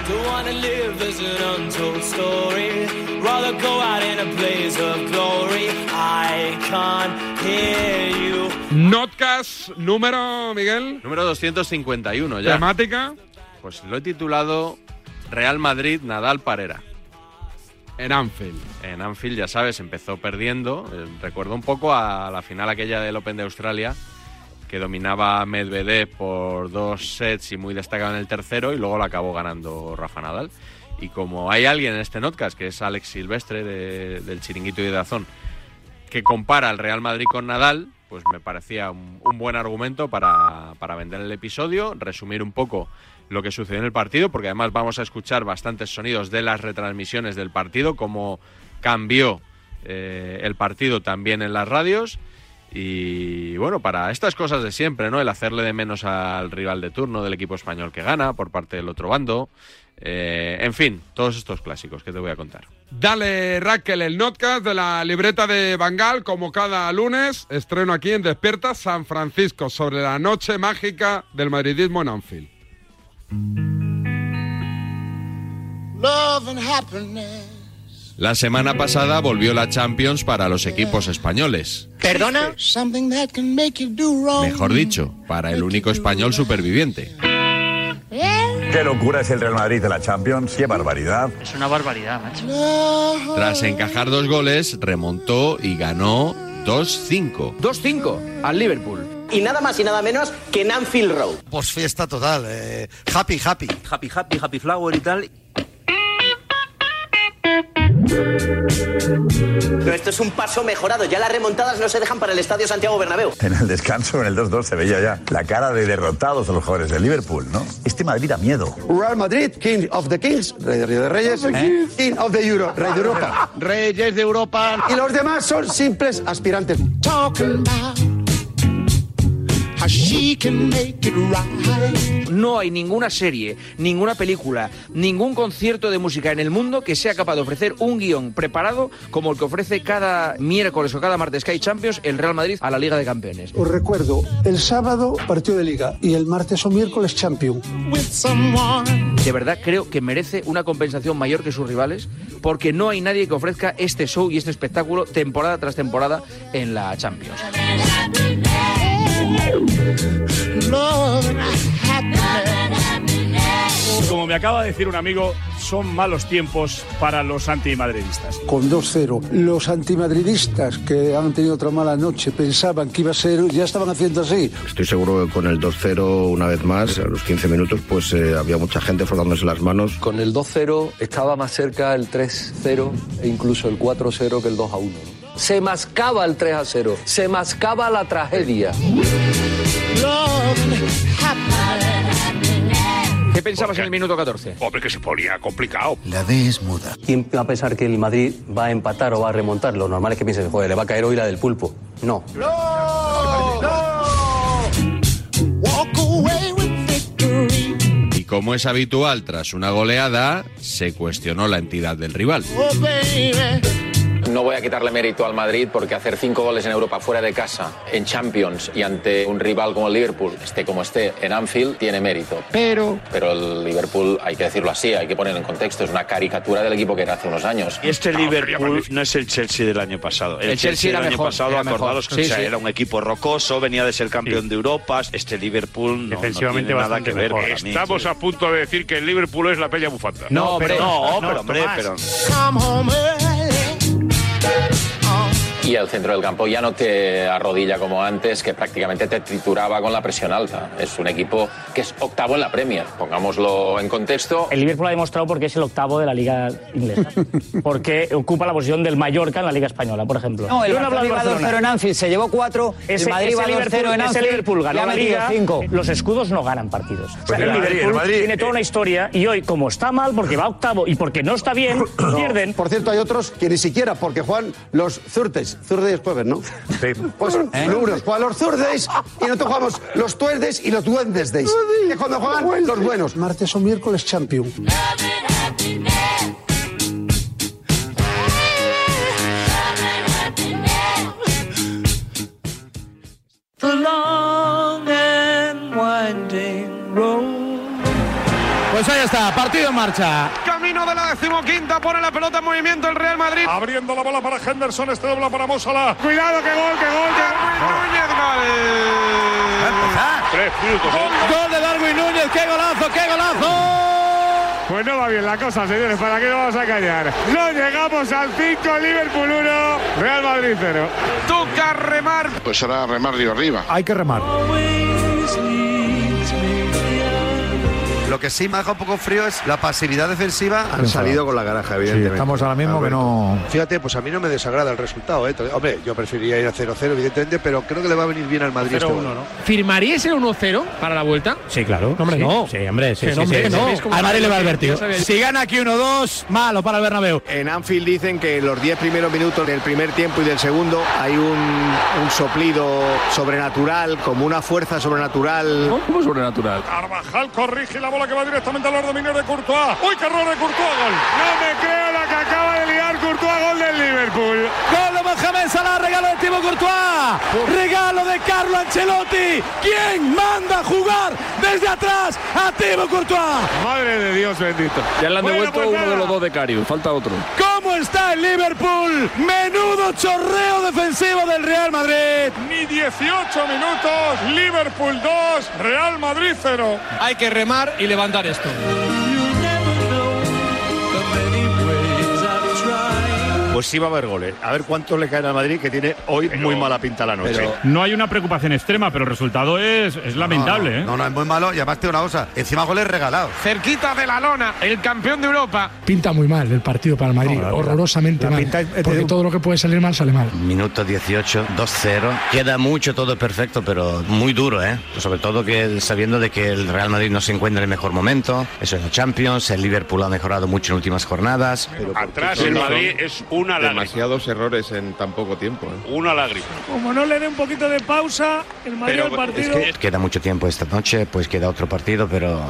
Don't wanna live as an untold story. Rather go out in a blaze of glory. I can't hear you. Notcast número, Miguel. Número 251 ya. ¿Temática? Pues lo he titulado Real Madrid Nadal Parera. En Anfield. En Anfield, ya sabes, empezó perdiendo. Eh, Recuerdo un poco a la final aquella del Open de Australia, que dominaba Medvedev por dos sets y muy destacado en el tercero, y luego la acabó ganando Rafa Nadal. Y como hay alguien en este podcast, que es Alex Silvestre de- del Chiringuito y de Dazón, que compara al Real Madrid con Nadal, pues me parecía un, un buen argumento para, para vender el episodio, resumir un poco lo que sucedió en el partido, porque además vamos a escuchar bastantes sonidos de las retransmisiones del partido, cómo cambió eh, el partido también en las radios. Y bueno, para estas cosas de siempre, ¿no? El hacerle de menos al rival de turno del equipo español que gana por parte del otro bando. Eh, en fin, todos estos clásicos que te voy a contar. Dale, Raquel, el notcast de la libreta de Bangal, como cada lunes, estreno aquí en Despierta San Francisco, sobre la noche mágica del madridismo en Anfield. Love and happiness. La semana pasada volvió la Champions para los equipos españoles. ¿Perdona? Something that can make you do wrong. Mejor dicho, para el único español superviviente. Qué locura es el Real Madrid de la Champions, qué barbaridad. Es una barbaridad, ¿eh? macho. Tras encajar dos goles, remontó y ganó 2-5. 2-5 al Liverpool. Y nada más y nada menos que en Anfield Road. Pues fiesta total, eh, happy, happy. Happy, happy, happy flower y tal. Pero esto es un paso mejorado. Ya las remontadas no se dejan para el Estadio Santiago Bernabéu. En el descanso, en el 2-2, se veía ya la cara de derrotados de los jugadores del Liverpool, ¿no? Este Madrid da miedo. Real Madrid, King of the Kings, Rey de, Rey de Reyes, ¿Eh? King of the Euro, Rey de Europa, Reyes de Europa. Y los demás son simples aspirantes. How she can make it right. No hay ninguna serie, ninguna película, ningún concierto de música en el mundo que sea capaz de ofrecer un guión preparado como el que ofrece cada miércoles o cada martes Sky Champions el Real Madrid a la Liga de Campeones. Os recuerdo, el sábado partido de liga y el martes o miércoles champion. De verdad creo que merece una compensación mayor que sus rivales porque no hay nadie que ofrezca este show y este espectáculo temporada tras temporada en la Champions. Love and happiness. Como me acaba de decir un amigo, son malos tiempos para los antimadridistas. Con 2-0, los antimadridistas que han tenido otra mala noche pensaban que iba a ser, ya estaban haciendo así. Estoy seguro que con el 2-0, una vez más, a los 15 minutos, pues eh, había mucha gente frotándose las manos. Con el 2-0 estaba más cerca el 3-0 e incluso el 4-0 que el 2-1. Se mascaba el 3-0, se mascaba la tragedia. Love and happiness. ¿Qué pensabas en el minuto 14? Hombre, que se ponía complicado. La D es muda. ¿Quién va a pensar que el Madrid va a empatar o va a remontar? Lo normal es que piensen, joder, le va a caer hoy la del pulpo. No. Walk away with victory. Y como es habitual tras una goleada, se cuestionó la entidad del rival. Oh, baby. No voy a quitarle mérito al Madrid porque hacer cinco goles en Europa fuera de casa, en Champions y ante un rival como el Liverpool, esté como esté en Anfield, tiene mérito. Pero Pero el Liverpool, hay que decirlo así, hay que ponerlo en contexto, es una caricatura del equipo que era hace unos años. Este Liverpool no es el Chelsea del año pasado. El, El Chelsea, Chelsea era del año mejor, pasado, era acordaros mejor. que Sí, o sea, sí. era un equipo rocoso, venía de ser campeón de Europa. Este Liverpool no, no Defensivamente tiene nada bastante que ver. mejor. para mí. Estamos a punto de decir que el Liverpool es la bella bufanda. No, pero- no, pero, hombre, pero- Come home early. Y el centro del campo ya no te arrodilla como antes, que prácticamente te trituraba con la presión alta. Es un equipo que es octavo en la Premier, pongámoslo en contexto. El Liverpool ha demostrado porque es el octavo de la liga inglesa. Porque ocupa la posición del Mallorca en la liga española, por ejemplo. No, el Yo no hablo Barcelona del iba 2-0 Barcelona. en Anfield, se llevó 4, el Ese- Madrid ese va 2-0 Liverpool- en ese Anfield, Liverpool ganó le ha la metido Liga. cinco. Los escudos no ganan partidos. O sea, Pues el el Madrid, Liverpool el Madrid, tiene toda una historia y hoy, como está mal, porque va octavo y porque no está bien, pierden. Por cierto, hay otros que ni siquiera, porque juegan los Zurdes. Zurdes jueves, ¿no? Sí. Pues no, unos juegan los Zurdes y nosotros jugamos los Tuerdes y los Wednesdays. Que es cuando juegan los buenos. Martes o miércoles champion. The long and winding road Pues ahí está, partido en marcha. Camino de la decimoquinta, pone la pelota en movimiento el Real Madrid. Abriendo la bola para Henderson, este dobla para Mosala. Ah. Cuidado, que gol, que gol, Tres minutos. Gol de Darwin Núñez, qué golazo, qué golazo. Pues no va bien la cosa, señores, ¿para qué nos vamos a callar? No llegamos al 5, Liverpool 1, Real Madrid 0. Toca remar. Pues será remar de arriba. Hay que remar. Lo que sí me deja un poco frío es la pasividad defensiva. Han salido con la garaja, Sí, estamos ahora mismo que no. Fíjate, pues a mí no me desagrada el resultado. ¿eh? Hombre, yo preferiría ir a 0-0, evidentemente, pero creo que le va a venir bien al Madrid. este 0-1, gol. ¿Firmaría ese 1-0 para la vuelta? Sí, claro. hombre, no. Sí, hombre, sí, Que sí, no, hombre, sí, que sí. no. ¿Ves cómo Al Madrid le va a sabía? advertir. Ya sabía. Si gana aquí 1-2, malo para el Bernabéu. En Anfield dicen que los 10 primeros minutos del primer tiempo y del segundo hay un, un soplido sobrenatural, como una fuerza sobrenatural. ¿Cómo sobrenatural? Carvajal corrige la bola que va directamente al dominio de Courtois. ¡Uy, qué error de Courtois! Gol. No me creo la que acaba de liar Courtois. Gol del Liverpool. Gol de Mohamed Salah, regalo de Thibaut Courtois. Regalo de Carlo Ancelotti. ¿Quién manda a jugar desde atrás a Thibaut Courtois? Madre de Dios bendito. Ya le han Bueno, devuelto pues uno nada. de los dos de Cario, falta otro. ¿Cómo está el Liverpool? Menudo chorreo defensivo del Real Madrid. Ni 18 minutos, Liverpool 2, Real Madrid 0. Hay que remar y levantar esto. Pues sí va a haber eh. goles. A ver cuántos le caen al Madrid, que tiene hoy muy mala pinta la noche. No hay una preocupación extrema, pero el resultado es, es lamentable. ¿eh? No, no, es muy malo. Y además te digo una cosa. Encima goles regalados. Cerquita de la lona, el campeón de Europa. Pinta muy mal el partido para el Madrid, horrorosamente mal. porque todo lo que puede salir mal sale mal. Minuto 18, 2-0. Queda mucho, todo perfecto, pero muy duro, ¿eh? Sobre todo que sabiendo de que el Real Madrid no se encuentra en el mejor momento. Eso es la Champions. El Liverpool ha mejorado mucho en últimas jornadas. Atrás el Madrid es una lágrima. Demasiados errores en tan poco tiempo. ¿eh? Una lágrima. Como no le dé un poquito de pausa, el Madrid Pero al Es partido. que queda mucho tiempo esta noche, pues queda otro partido, pero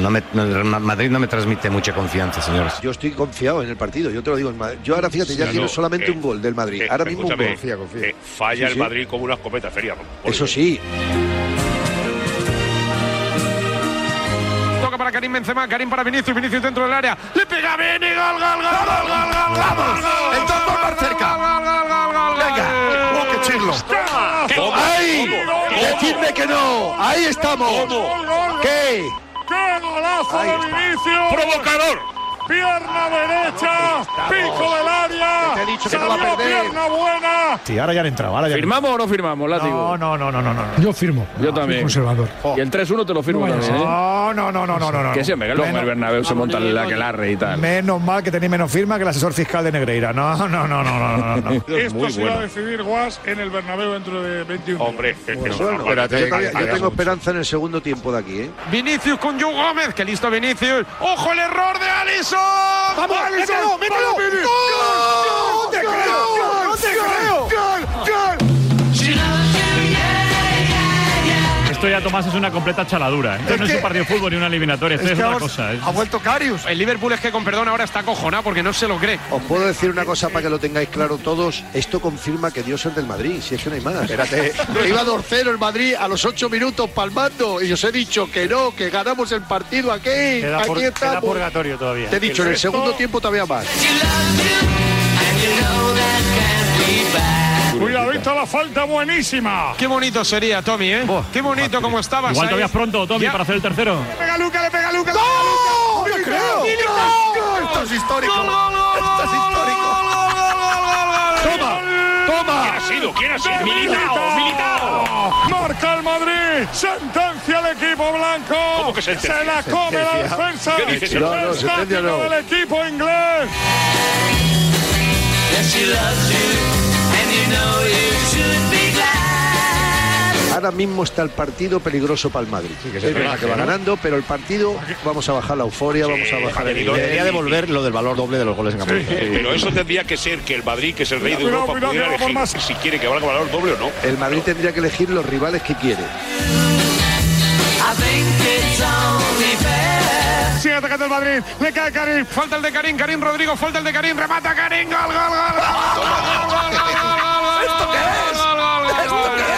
no me- no- el Ma- Madrid no me transmite mucha confianza, señores. Yo estoy confiado en el partido, yo te lo digo. en Madrid. Yo ahora, fíjate, ya Sí, quiero no, solamente eh, un gol del Madrid. eh, ahora mismo un escúchame, gol. eh, falla Sí, el sí. Madrid como una escopeta feria. Eso sí, Toca para Karim Benzema, Karim para Vinicius, Vinicius dentro del área. Le pega a Beni, gol, gol, gol, gol, gol, gol, gol, gol, gol. El topo más cerca. Venga, oh, qué chirlo. ¿Cómo? ¡Ay! ¿Cómo? ¡Decidme que no! ¡Ahí estamos! ¿Qué? ¡Qué golazo de Vinicius! Provocador. Pierna derecha, pico del área. Que te he dicho que no va a salió perder. pierna buena. Sí, ahora ya han entrado. Ahora ya han ¿Firmamos o no firmamos, látigo? No, no, no, no, no. Yo firmo. Yo también. Conservador. Oh. Y el 3-1 te lo firmo No vaya a también, ser. ¿eh? No, no, no, no, no, no. no. Que siempre, que luego en el Menos- Bernabéu se monta la aquelarre y tal. Menos mal que tenéis menos firma que el asesor fiscal de Negreira. No, no, no, no, no, no. no. Esto se va a decidir Guas en el Bernabéu dentro de 21 Hombre, Bueno, yo, todavía- yo tengo esperanza en el segundo tiempo de aquí, ¿eh? Vinicius con Joe Gómez, que listo Vinicius. ¡Ojo el error de Alisson! ¡Vamos, Alisson! mételo, mételo. ¡Vale, Vini! ¡Gol! ¡Gol! ¡Gol! ¡Gol! ¡Gol! ¡Gol! ¡Gol! ¡Gol! Esto ya, Tomás, es una completa chaladura. Esto no es un partido de fútbol ni una eliminatoria, esto es, otra cosa. Ha vuelto Carius. El Liverpool es que con perdón ahora está cojonado porque no se lo cree. Os puedo decir una cosa para que lo tengáis claro todos. Esto confirma que Dios es del Madrid, si es que no hay más. Espérate. Iba 2-0 el Madrid a los 8 minutos palmando y os he dicho que no, que ganamos el partido aquí. Queda aquí pur- queda estamos. purgatorio todavía. Te he dicho, en el Esto- segundo tiempo todavía más. Cuidado, visto la falta buenísima. Qué bonito sería, Tommy, ¿eh? Qué bonito como estabas. Igual todavía es pronto, Tommy, para hacer el tercero. Le pega Luca, le pega Luca, le pega Luca. creo. Esto es histórico. Esto es histórico. Toma, toma. ¿Quién ha sido? ¿Quién ha sido? Militao, Militao. Marca el Madrid. Sentencia al equipo blanco. ¿Cómo que sentencia? Se la come la Sentencia. defensa. ¿Qué dices? No, no, sentencia no. El equipo inglés. Ahora mismo está el partido peligroso para el Madrid. se es verdad relaje, que va ¿no? ganando, pero el partido vamos a bajar la euforia, vamos a bajar el nivel. Debería devolver lo del valor doble de los goles en Campeonato. Pero eso tendría que ser que el Madrid, que es el rey de Cuidado, Europa, cuidado, pudiera cuidado, elegir por si quiere que valga valor doble o no. El Madrid tendría que elegir los rivales que quiere. Sigue atacando el Madrid. Le cae Karim. Falta el de Karim. Karim Rodrigo. Falta el de Karim. Remata Karim. Gol, gol, gol. gol. ¿Esto qué es? ¿Esto qué es?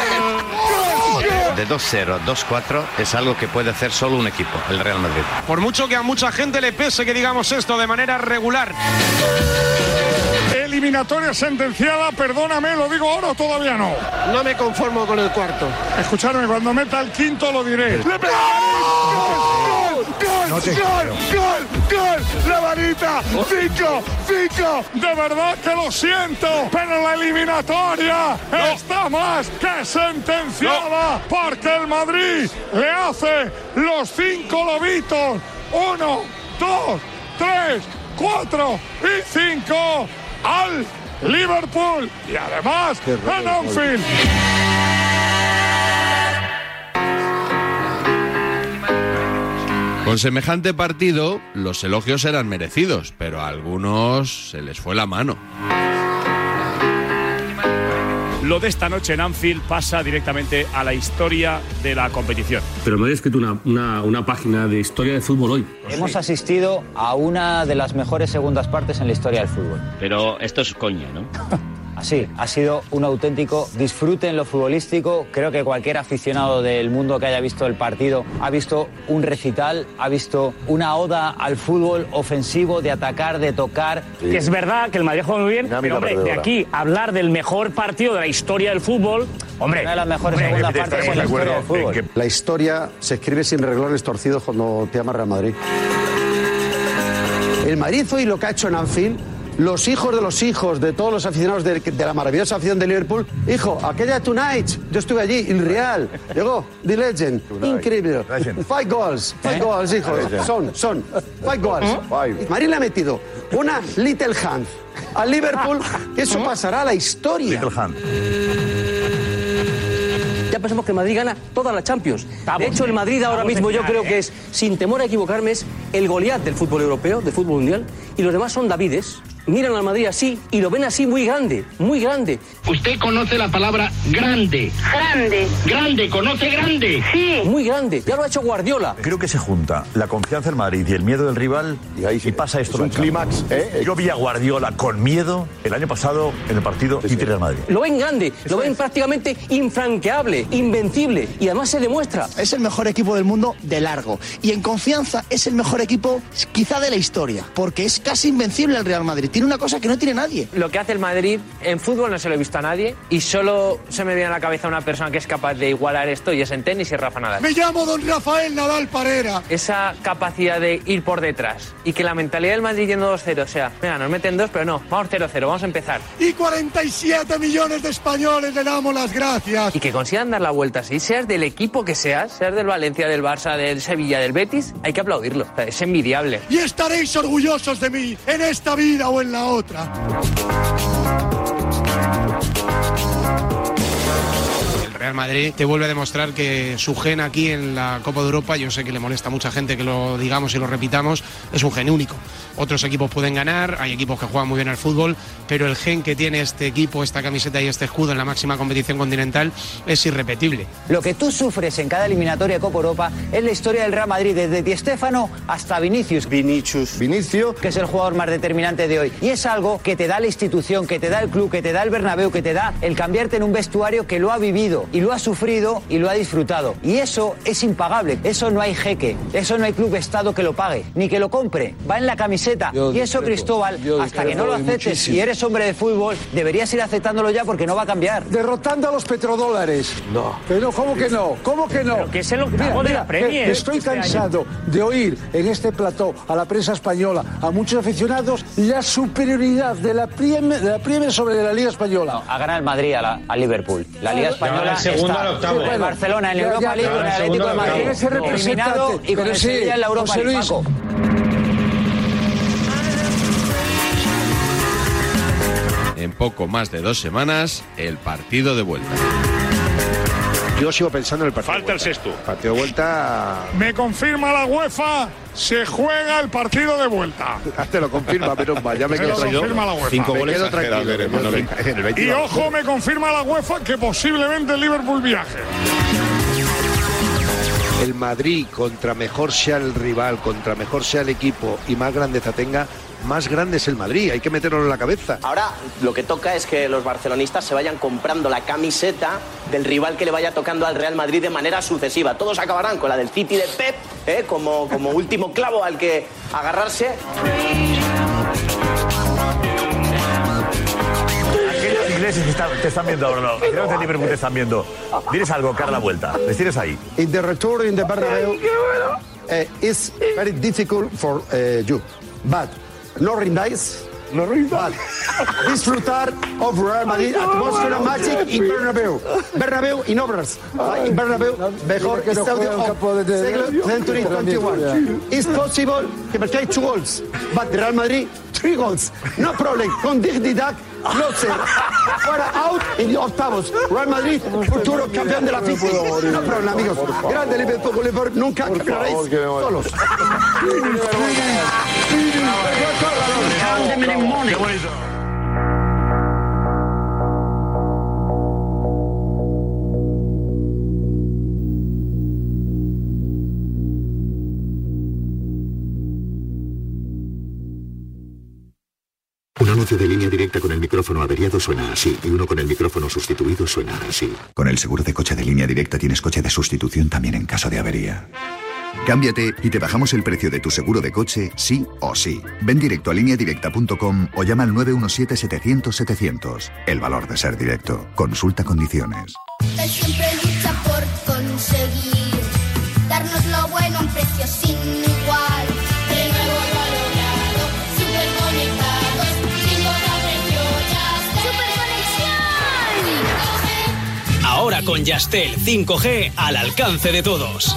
De- 2-0, 2-4 es algo que puede hacer solo un equipo, el Real Madrid. Por mucho que a mucha gente le pese que digamos esto de manera regular. Eliminatoria sentenciada, perdóname, lo digo ahora o todavía no. No me conformo con el cuarto. Escucharme, cuando meta el quinto lo diré. ¡Le pegaré! ¡Gol! ¡Gol! Oh. No te ¡Gol! ¡Gol! ¡Gol! ¡La varita! ¡Cinco! ¡Cinco! De verdad que lo siento, pero la eliminatoria está más que sentenciada porque el Madrid le hace los cinco lobitos. Uno, dos, tres, cuatro y cinco al Liverpool. Y además Qué raro en el gol. Anfield. Con semejante partido, los elogios eran merecidos, pero a algunos se les fue la mano. Lo de esta noche en Anfield pasa directamente a la historia de la competición. Pero me había escrito una, una- una página de historia de fútbol hoy. Hemos asistido a una de las mejores segundas partes en la historia del fútbol. Pero esto es coña, ¿no? Así, ha sido un auténtico disfrute en lo futbolístico. Creo que cualquier aficionado del mundo que haya visto el partido ha visto un recital, ha visto una oda al fútbol ofensivo, de atacar, de tocar. Sí. Que es verdad que el Madrid juega muy bien, Dinámica pero hombre, de perdedora. aquí a hablar del mejor partido de la historia del fútbol, hombre, Una de las mejores hombre, segundas partes en la historia del fútbol. La historia se escribe sin reglones torcidos cuando te llama Real Madrid. El Madrid hoy lo que ha hecho en Anfield, los hijos de los hijos de todos los aficionados de, de la maravillosa afición de Liverpool, hijo, aquella tonight, yo estuve allí, el Real, llegó, The Legend, increíble, five goals, five goals, hijo, Legend. son, son, five goals. Madrid le ha metido una little hand al Liverpool, eso pasará a la historia. Little hand. Ya pensamos que el Madrid gana todas las Champions. de hecho, el Madrid ahora estamos mismo en yo final, creo ¿eh? que es, sin temor a equivocarme, es el Goliat del fútbol europeo, del fútbol mundial. Y los demás son Davides. Miran al Madrid así y lo ven así muy grande, muy grande. Usted conoce la palabra grande. Grande. Grande, conoce grande. Sí. Muy grande. Ya lo ha hecho Guardiola. Creo que se junta la confianza en Madrid y el miedo del rival y, pasa esto. es un ¿eh? la Champions. Yo vi a Guardiola con miedo el año pasado en el partido y Real Madrid. Lo ven grande, lo ven prácticamente infranqueable, invencible. Y además se demuestra. Es el mejor equipo del mundo de largo. Y en confianza es el mejor equipo quizá de la historia. Porque es casi invencible el Real Madrid. Tiene una cosa que no tiene nadie. Lo que hace el Madrid en fútbol no se lo he visto a nadie y solo se me viene a la cabeza una persona que es capaz de igualar esto y es en tenis y es Rafa Nadal. Me llamo don Rafael Nadal Parera. Esa capacidad de ir por detrás y que la mentalidad del Madrid yendo 2-0, o sea, venga, nos meten dos, pero no, vamos 0-0, vamos a empezar. Y 47 millones de españoles le damos las gracias. Y que consigan dar la vuelta así, seas del equipo que seas, seas del Valencia, del Barça, del Sevilla, del Betis, hay que aplaudirlo, O sea, es envidiable. Y estaréis orgullosos de mí en esta vida o en la otra. El Real Madrid te vuelve a demostrar que su gen aquí en la Copa de Europa, yo sé que le molesta a mucha gente que lo digamos y lo repitamos, es un gen único. Otros equipos pueden ganar, hay equipos que juegan muy bien al fútbol, pero el gen que tiene este equipo, esta camiseta y este escudo en la máxima competición continental es irrepetible. Lo que tú sufres en cada eliminatoria de Copa Europa es la historia del Real Madrid, desde Di Stéfano hasta Vinicius. Vinicius. Vinicio. Que es el jugador más determinante de hoy. Y es algo que te da la institución, que te da el club, que te da el Bernabéu, que te da el cambiarte en un vestuario que lo ha vivido y lo ha sufrido y lo ha disfrutado. Y eso es impagable. Eso no hay jeque. Eso no hay club estado que lo pague, ni que lo compre. Va en la camiseta. Yo y eso, discrepo. Cristóbal, Yo hasta que discrepo no lo y aceptes muchísimo. y eres hombre de fútbol, deberías ir aceptándolo ya porque no va a cambiar. Derrotando a los petrodólares. No. Pero ¿cómo que no? ¿Cómo que no? Pero que es el octavo de la Mira, mira, eh. Premier que- que Estoy este año. cansado de oír en este plató a la prensa española, a muchos aficionados, la superioridad de la Premier, de la Premier sobre la Liga Española. a ganar el Madrid a, la- a Liverpool. La Liga Española está con el Barcelona en la Europa League, con el Atlético de Madrid eliminado y con el Sevilla en la Europa League. Paco. En poco más de dos semanas, el partido de vuelta. Yo sigo pensando en el partido. Falta el sexto. Partido de Ah, vuelta. Me confirma la UEFA, se juega el partido de vuelta. Te lo confirma, pero ya me Se quedo lo tranquilo. confirma la UEFA. Me goles quedo exagerados tranquilo. eres, En el 20 Y va a ojo, me confirma la UEFA que posiblemente el Liverpool viaje. El Madrid, contra mejor sea el rival, contra mejor sea el equipo y más grandeza tenga, más grande es el Madrid, hay que meterlo en la cabeza. Ahora lo que toca es que los barcelonistas se vayan comprando la camiseta del rival que le vaya tocando al Real Madrid de manera sucesiva. Todos acabarán con la del City de Pep ¿eh? como, como último clavo al que agarrarse. Aquellos ingleses que están- te están viendo ahora, no. Creo que en Liverpool te están viendo. Diles algo, Carla Vuelta. Les tienes ahí. In the return in the Bernabeu, eh, it's very difficult for eh, you. But no rindáis. No rindáis. Disfrutar of Real Madrid Ay, no, atmósfera no, magic Dios in mío. Bernabeu. Bernabeu in obras. In Bernabeu, mejor que no estadio juega un campo of de- de- siglo century Pero ni 21. It's possible que marcáis two goals, but Real Madrid three goals. No problem. Con dignidad, closer. Fuera out en octavos. Real Madrid, futuro campeón de la No me FIFA. puedo morir. No problem, amigos. Por favor. Grande Liverpool, Liverpool, nunca acabaréis solos. Un anuncio de línea directa con el micrófono averiado suena así y uno con el micrófono sustituido suena así. Con el seguro de coche de línea directa tienes coche de sustitución también en caso de avería. Cámbiate y te bajamos el precio de tu seguro de coche, sí o sí. Ven directo a lineadirecta.com o llama al 917-700-700. El valor de ser directo. Consulta condiciones. Él siempre lucha por conseguir darnos lo bueno a un precio sin igual. De nuevo lo ha logrado, superconectados, sin hora precio ya. ¡Superconexión! Ahora con Yastel 5G al alcance de todos.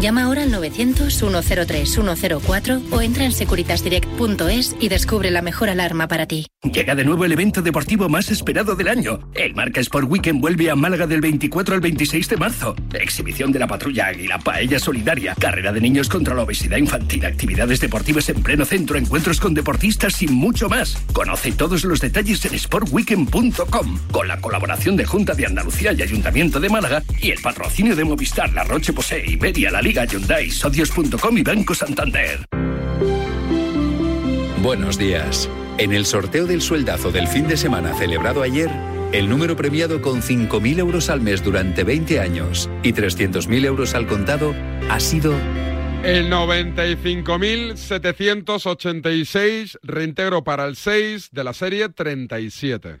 Llama ahora al 900-103-104 o entra en securitasdirect.es y descubre la mejor alarma para ti. Llega de nuevo el evento deportivo más esperado del año. El Marca Sport Weekend vuelve a Málaga del 24 al 26 de marzo. Exhibición de la patrulla Águila, paella solidaria, carrera de niños contra la obesidad infantil, actividades deportivas en pleno centro, encuentros con deportistas y mucho más. Conoce todos los detalles en sportweekend.com con la colaboración de Junta de Andalucía y Ayuntamiento de Málaga y el patrocinio de Movistar, La Roche Posay, Iberia, La Liga, Hyundai, Socios.com y Banco Santander. Buenos días. En el sorteo del sueldazo del fin de semana celebrado ayer, el número premiado con 5.000 euros al mes durante 20 años y 300.000 euros al contado ha sido El 95.786 reintegro para el 6 de la serie 37.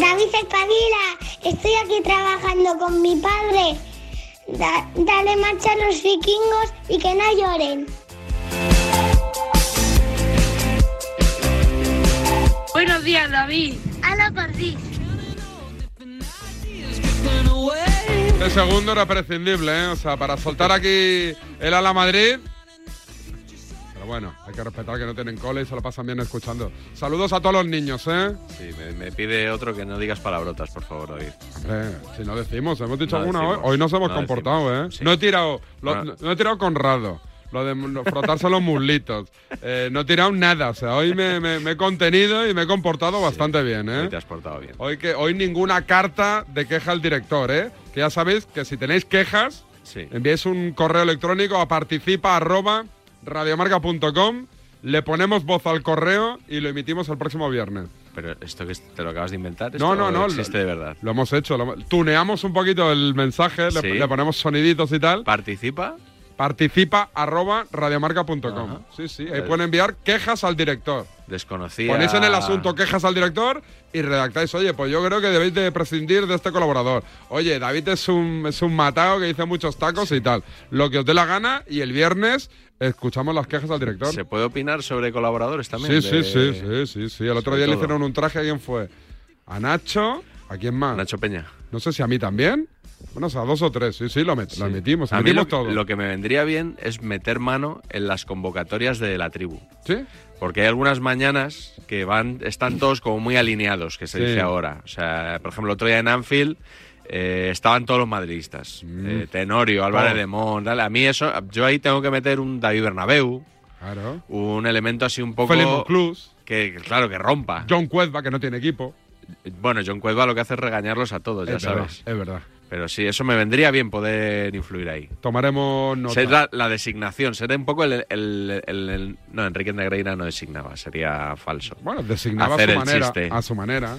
David Espavila, estoy aquí trabajando con mi padre. Da- dale marcha a los vikingos y que no lloren. Buenos días, David. A la perdiz. Away. Este segundo era prescindible, ¿eh? O sea, para soltar aquí el ala Madrid. Pero bueno, hay que respetar que no tienen cole y se lo pasan bien escuchando. Saludos a todos los niños, ¿eh? Sí, me, me pide otro que no digas palabrotas, por favor, David. Hombre, Eh, si no decimos, hemos dicho No alguna decimos, hoy. Hoy nos hemos no comportado, ¿eh? No he tirado, lo- Bueno. no he tirado Conrado. Lo de mu- frotarse los muslitos. Eh, no he tirado nada. O sea, hoy me, me- me he contenido y me he comportado bastante bien, ¿eh? Te has portado bien. Hoy, que, hoy ninguna carta de queja al director, ¿eh? Que ya sabéis que si tenéis quejas, enviáis un correo electrónico a participa arroba radiomarca.com, le ponemos voz al correo y lo emitimos el próximo viernes. Pero esto que es- te lo acabas de inventar, No, ¿Esto no, no. existe de verdad. Lo hemos hecho. lo- tuneamos un poquito el mensaje, le, Sí. le ponemos soniditos y tal. ¿Participa? Participa arroba radiomarca.com. Ajá. Sí, sí. Ahí pueden enviar quejas al director. Desconocía. Ponéis en el asunto quejas al director y redactáis, oye, pues yo creo que debéis de prescindir de este colaborador. Oye, David es un, es un matado que dice muchos tacos y tal. Lo que os dé la gana y el viernes escuchamos las quejas al director. ¿Se puede opinar sobre colaboradores también? Sí, sí, sí, sí, sí, sí. El otro sobre día le todo. hicieron un traje, ¿a quién fue? A Nacho, ¿a quién más? Nacho Peña. No sé si a mí también. Bueno, o sea, dos o tres, sí, sí, lo, met- lo metimos, A mí metimos lo, todo. lo que me vendría bien es meter mano en las convocatorias de la tribu. ¿Sí? Porque hay algunas mañanas que van, están todos como muy alineados, que se Sí. dice ahora. O sea, por ejemplo, el otro día en Anfield eh, estaban todos los madridistas. Eh, Tenorio, Álvarez Mm. Oh. de Mon, tal. A mí eso, yo ahí tengo que meter un David Bernabeu, Claro. un elemento así un poco... Felipe Cruz. Que, que, claro, que rompa. John Cuezba, que no tiene equipo. Bueno, John Cuelva lo que hace es regañarlos a todos, Pues ya es verdad, sabes. es verdad. Pero sí, eso me vendría bien poder influir ahí. Tomaremos nota. Ser la, la designación, ser un poco el... el- el- el- no, Enrique Negreira no designaba, sería falso. Bueno, designaba Hacer a su el manera. chiste. A su manera.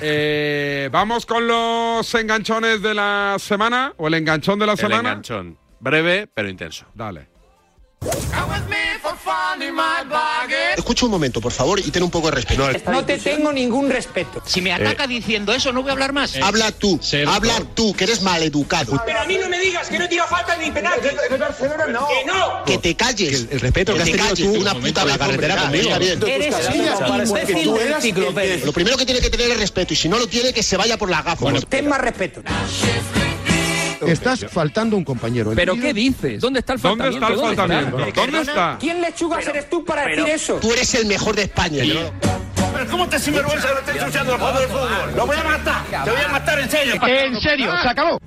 Eh, vamos con los enganchones de la semana o el enganchón de la El semana. enganchón. Breve, pero intenso. Dale. Escucha un momento, por favor, y ten un poco de respeto. No te tengo ningún respeto. Si Eh, me ataca diciendo eso, no voy a hablar más. Eh. Habla tú, habla tú, que eres maleducado. Pero a mí no me digas que no tira falta ni Eh, penalti. no. Que no. Que te calles. el respeto que has tenido tú, una un puta en la momento, carretera hombre, conmigo. ya, bien. Eres un imbécil de enciclopedia. Lo primero que tiene que tener es respeto, y si no lo tiene, que se vaya por la gafa. ten más respeto. Estás faltando un compañero. ¿Pero qué dices? ¿Dónde está el ¿Dónde está el faltamiento? faltamiento? ¿Dónde Perdona, está? ¿Quién lechugas eres tú para pero decir eso? tú eres el mejor de España. Pero ¿cómo te sinvergüenza que lo estés ensuciando el juego del fútbol? ¡Lo voy a matar! ¡Te voy a matar en serio! En serio, se acabó!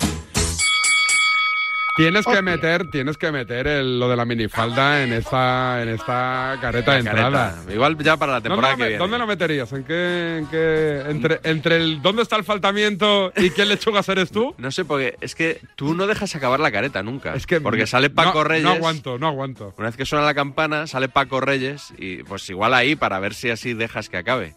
Tienes que meter, tienes que meter el- lo de la minifalda en esta, en esta careta de La entrada. careta. Igual ya para la temporada ¿Dónde, que lo me- viene. dónde lo meterías? ¿En qué, en qué- entre, entre el dónde está el faltamiento y quién lechugas eres tú? No sé, porque es que tú no dejas acabar la careta nunca. Es que porque sale Paco no- Reyes. No aguanto, no aguanto. Una vez que suena la campana, sale Paco Reyes y pues igual ahí para ver si así dejas que acabe.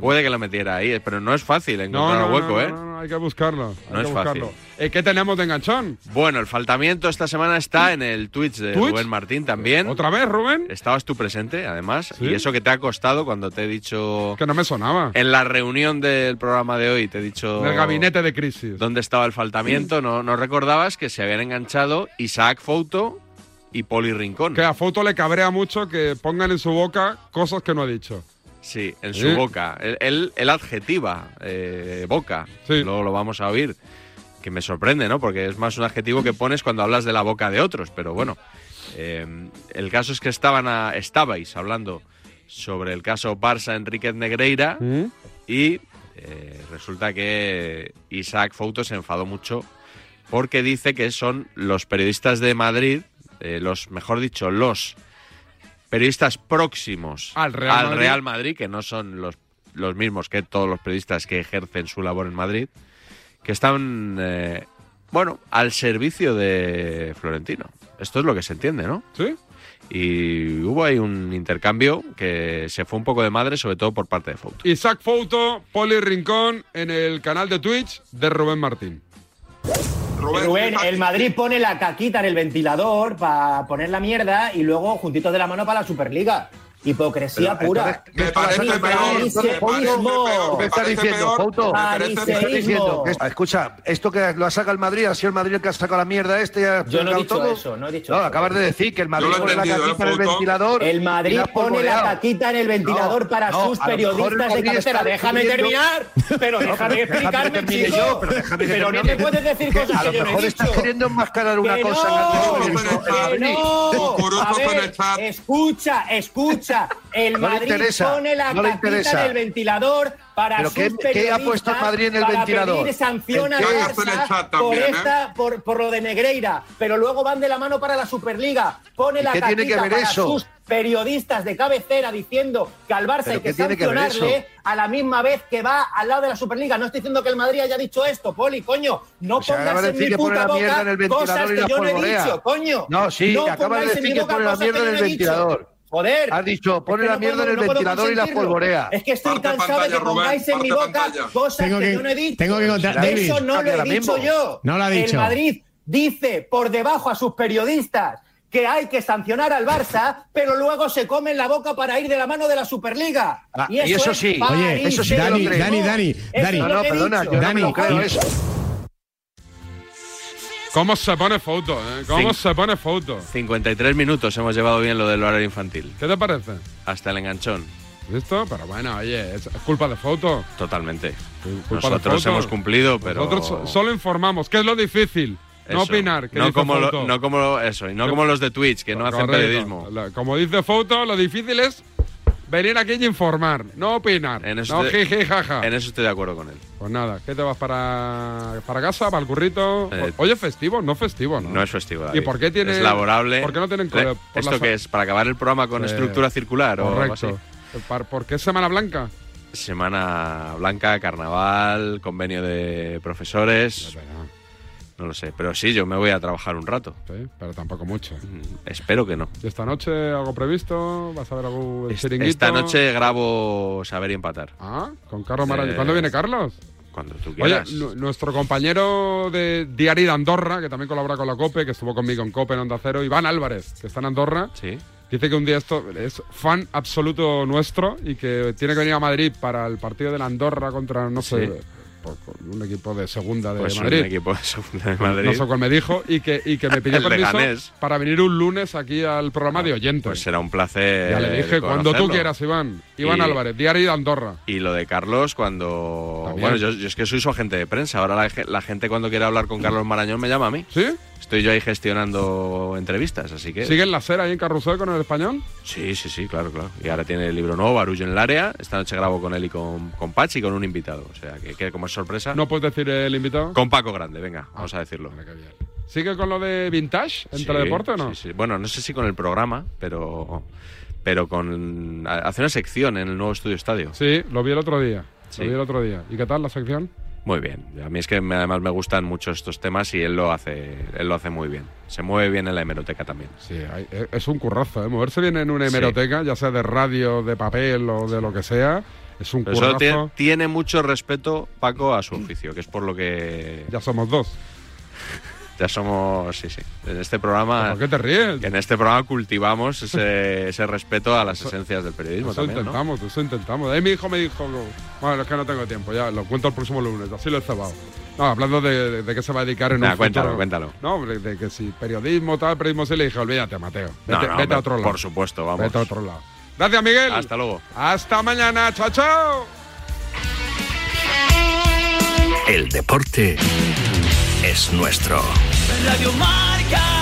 Puede que lo metiera ahí, pero no es fácil No, encontrar no, el hueco, no, ¿eh? no, no, hay que buscarlo. hay No que es buscarlo. fácil. Eh, ¿Qué tenemos de enganchón? Bueno, el faltamiento esta semana está en el Twitch de ¿Twitch? Rubén Martín también. ¿Otra vez, Rubén? Estabas tú presente, además. Y eso que te ha costado cuando te he dicho. Que no me sonaba. En la reunión del programa de hoy te he dicho. En el gabinete de crisis. dónde estaba el faltamiento, no, no recordabas que se habían enganchado Isaac Fouto y Poli Rincón. Que a Foto le cabrea mucho que pongan en su boca cosas que no ha dicho. Sí, en su ¿Eh? boca. Él, él- él adjetiva eh, boca. Luego lo vamos a oír. Que me sorprende, ¿no? Porque es más un adjetivo que pones cuando hablas de la boca de otros. Pero bueno, eh, el caso es que estaban a- estabais hablando sobre el caso Barça Enríquez Negreira y eh, resulta que Isaac Fouto se enfadó mucho porque dice que son los periodistas de Madrid, eh, los, mejor dicho, los periodistas próximos Al Real Madrid. Real Madrid, que no son los, los mismos que todos los periodistas que ejercen su labor en Madrid, que están, eh, bueno, al servicio de Florentino. Esto es lo que se entiende, ¿no? Sí. Y hubo ahí un intercambio que se fue un poco de madre, sobre todo por parte de Fouto. Isaac Fouto, Poli Rincón en el canal de Twitch de Rubén Martín. Rubén, el Madrid pone la caquita en el ventilador para poner la mierda y luego juntitos de la mano para la Superliga. Hipocresía pura. Me parece peor, Fariseísmo. ¿Qué estás diciendo, Fouto? ¿Qué estás diciendo? Fariseísmo. Que- Escucha, esto que lo ha sacado el Madrid, ha sido el Madrid el que ha sacado la mierda este. ha Yo no he explicado dicho todo. eso, no he dicho No, eso. acabas de decir que el Madrid Yo lo he pone la entendido, caquita ¿eh, en el Fouto? ventilador. El Madrid y la ha pone la polvoreado. caquita en el ventilador para no, sus a lo mejor el periodistas de Madrid cabecera. está Déjame defendiendo- terminar, pero No, pero déjame déjame que explicarme, termine chico. yo, pero déjame que Pero no termine. me puedes decir Que cosas a que lo yo no he mejor dicho. estás queriendo enmascarar una Que cosa. no, en la que no. A ver, escucha, escucha. El No le Madrid interesa, pone la no le caquita interesa. en el ventilador para ¿Pero sus qué- periodistas. qué ha puesto el Madrid en el para ventilador? pedir sanción ¿El a qué? Barça Esto en el chat por, también, ¿eh? esta, por, por lo de Negreira. Pero luego van de la mano para la Superliga. Pone ¿Y la qué tiene caquita que ver para eso? sus periodistas de cabecera diciendo que al Barça ¿Pero hay que qué tiene que ver sancionarle eso? a la misma vez que va al lado de la Superliga. No estoy diciendo que el Madrid haya dicho esto, Poli, coño. No O sea, acaba pongas de en decir mi que pone puta la mierda en el boca cosas ventilador y la que yo no he polvorea. dicho, coño. No, sí, acaba de pongáis en decir mi que boca pone la cosas mierda que en yo el no he dicho. ventilador. Joder. Has dicho, pone Es que la no mierda en puedo- el no puedo ventilador y la consentirlo. polvorea. Es que estoy cansado de que pongáis en mi boca cosas Tengo que, que- yo no he dicho. tengo que contar- David. Eso no lo he Ahora dicho mismo. yo. No lo ha El dicho. Madrid dice por debajo a sus periodistas que hay que sancionar al Barça, pero luego se comen la boca para ir de la mano de la Superliga. Ah, y eso es sí. Oye, eso sí que París. lo creo. Dani, Dani, Eso es Dani. lo No, no, que he perdona, dicho. yo no me lo creo Y- eso. ¿Cómo se pone foto? eh? ¿Cómo Sí. se pone foto? 53 minutos hemos llevado bien lo del horario infantil. ¿Qué te parece? Hasta el enganchón. ¿Listo? Pero bueno, oye, es culpa de foto. Totalmente. culpa de Nosotros Fouto. hemos cumplido, pero. Nosotros so- solo informamos, que es lo difícil. No Eso. opinar. que No dice como, lo- Fouto. no como lo- eso, y no como los de Twitch, que no hacen Correcto. periodismo. La- Como dice Foto, lo difícil es venir aquí y informar, no opinar. En este- eso, no estoy- jiji, jaja. en eso estoy de acuerdo con él. Pues nada, ¿qué te vas para, para casa, para el currito? Pues, Eh, Oye, festivo, no festivo, ¿no? No es festivo. David. ¿Y por qué tiene- Es laborable. por qué no tienen Le- cole- por ¿Esto la- qué es? ¿Para acabar el programa con Eh, estructura circular o algo Correcto. así? Par- ¿Por qué es Semana Blanca? Semana Blanca, carnaval, convenio de profesores. No lo sé, pero sí, yo me voy a trabajar un rato. Mm, Sí, pero tampoco mucho. Espero que no. ¿Y esta noche algo previsto? ¿Vas a ver algún chiringuito? Esta noche grabo Saber y Empatar. Ah, con Carlos Marañón. ¿Cuándo Eh, viene Carlos? Cuando tú Oye, quieras. nu- nuestro compañero de Diario de Andorra, que también colabora con la COPE, que estuvo conmigo en COPE en Onda Cero, Iván Álvarez, que está en Andorra, dice que un día esto es fan absoluto nuestro y que tiene que venir a Madrid para el partido de la Andorra contra, no sé, Sí. por- con un equipo de segunda de Pues un Madrid. equipo de segunda de Madrid. No sé cuál me dijo y que, y que me pidió El permiso Leganés. para venir un lunes aquí al programa de oyente. Pues será un placer. ya le dije, cuando tú conocerlo. quieras, Iván. Iván Y- Álvarez, Diario de Andorra. Y lo de Carlos cuando... También. Bueno, yo, yo es que soy su agente de prensa. Ahora la, ge- la gente cuando quiere hablar con Carlos Marañón me llama a mí. ¿Sí? Estoy yo ahí gestionando entrevistas, así que... ¿Sigue en la cera ahí en Carrusel con el español? Sí, sí, sí, claro, claro. Y ahora tiene el libro nuevo, Barullo en el área. Esta noche grabo con él y con, con Pachi y con un invitado. O sea, que, que como es sorpresa... No Ah, puedes decir el invitado. Con Paco Grande, venga, vamos a decirlo. ¿Sigue con lo de vintage en Sí, teledeporte o no? sí, sí. Bueno, no sé si con el programa, pero... Pero con... Hace una sección en el nuevo Estudio Estadio. Sí, lo vi el otro día. Sí. Lo vi el otro día. ¿Y qué tal la sección? Muy bien. A mí es que me- además me gustan mucho estos temas y él lo hace, él lo hace muy bien. Se mueve bien en la hemeroteca también. Sí, hay- e- es un currazo, ¿eh? Moverse bien en una hemeroteca, ya sea de radio, de papel o de lo que sea, es un Pero solo currazo. tiene, tiene mucho respeto Paco a su oficio, que es por lo que Ya somos dos. ya somos, sí, sí. En este programa, ¿Por qué te ríes? que en este programa cultivamos ese, ese respeto a las esencias del periodismo Eso también, ¿no? intentamos, eso intentamos. Ahí mi hijo me dijo, no, bueno, es que no tengo tiempo, ya lo cuento el próximo lunes, así lo he cebado. No, hablando de, de qué se va a dedicar en Nah, un cuéntalo, futuro. cuéntalo. No, de, de que si periodismo, tal, periodismo, sí, le dije, olvídate, Mateo. Vete, No, no, vete hombre, a otro lado. Por supuesto, vamos. Vete a otro lado. Gracias, Miguel. Hasta luego. Hasta mañana. Chao, chao. El deporte es nuestro. Radio Marca.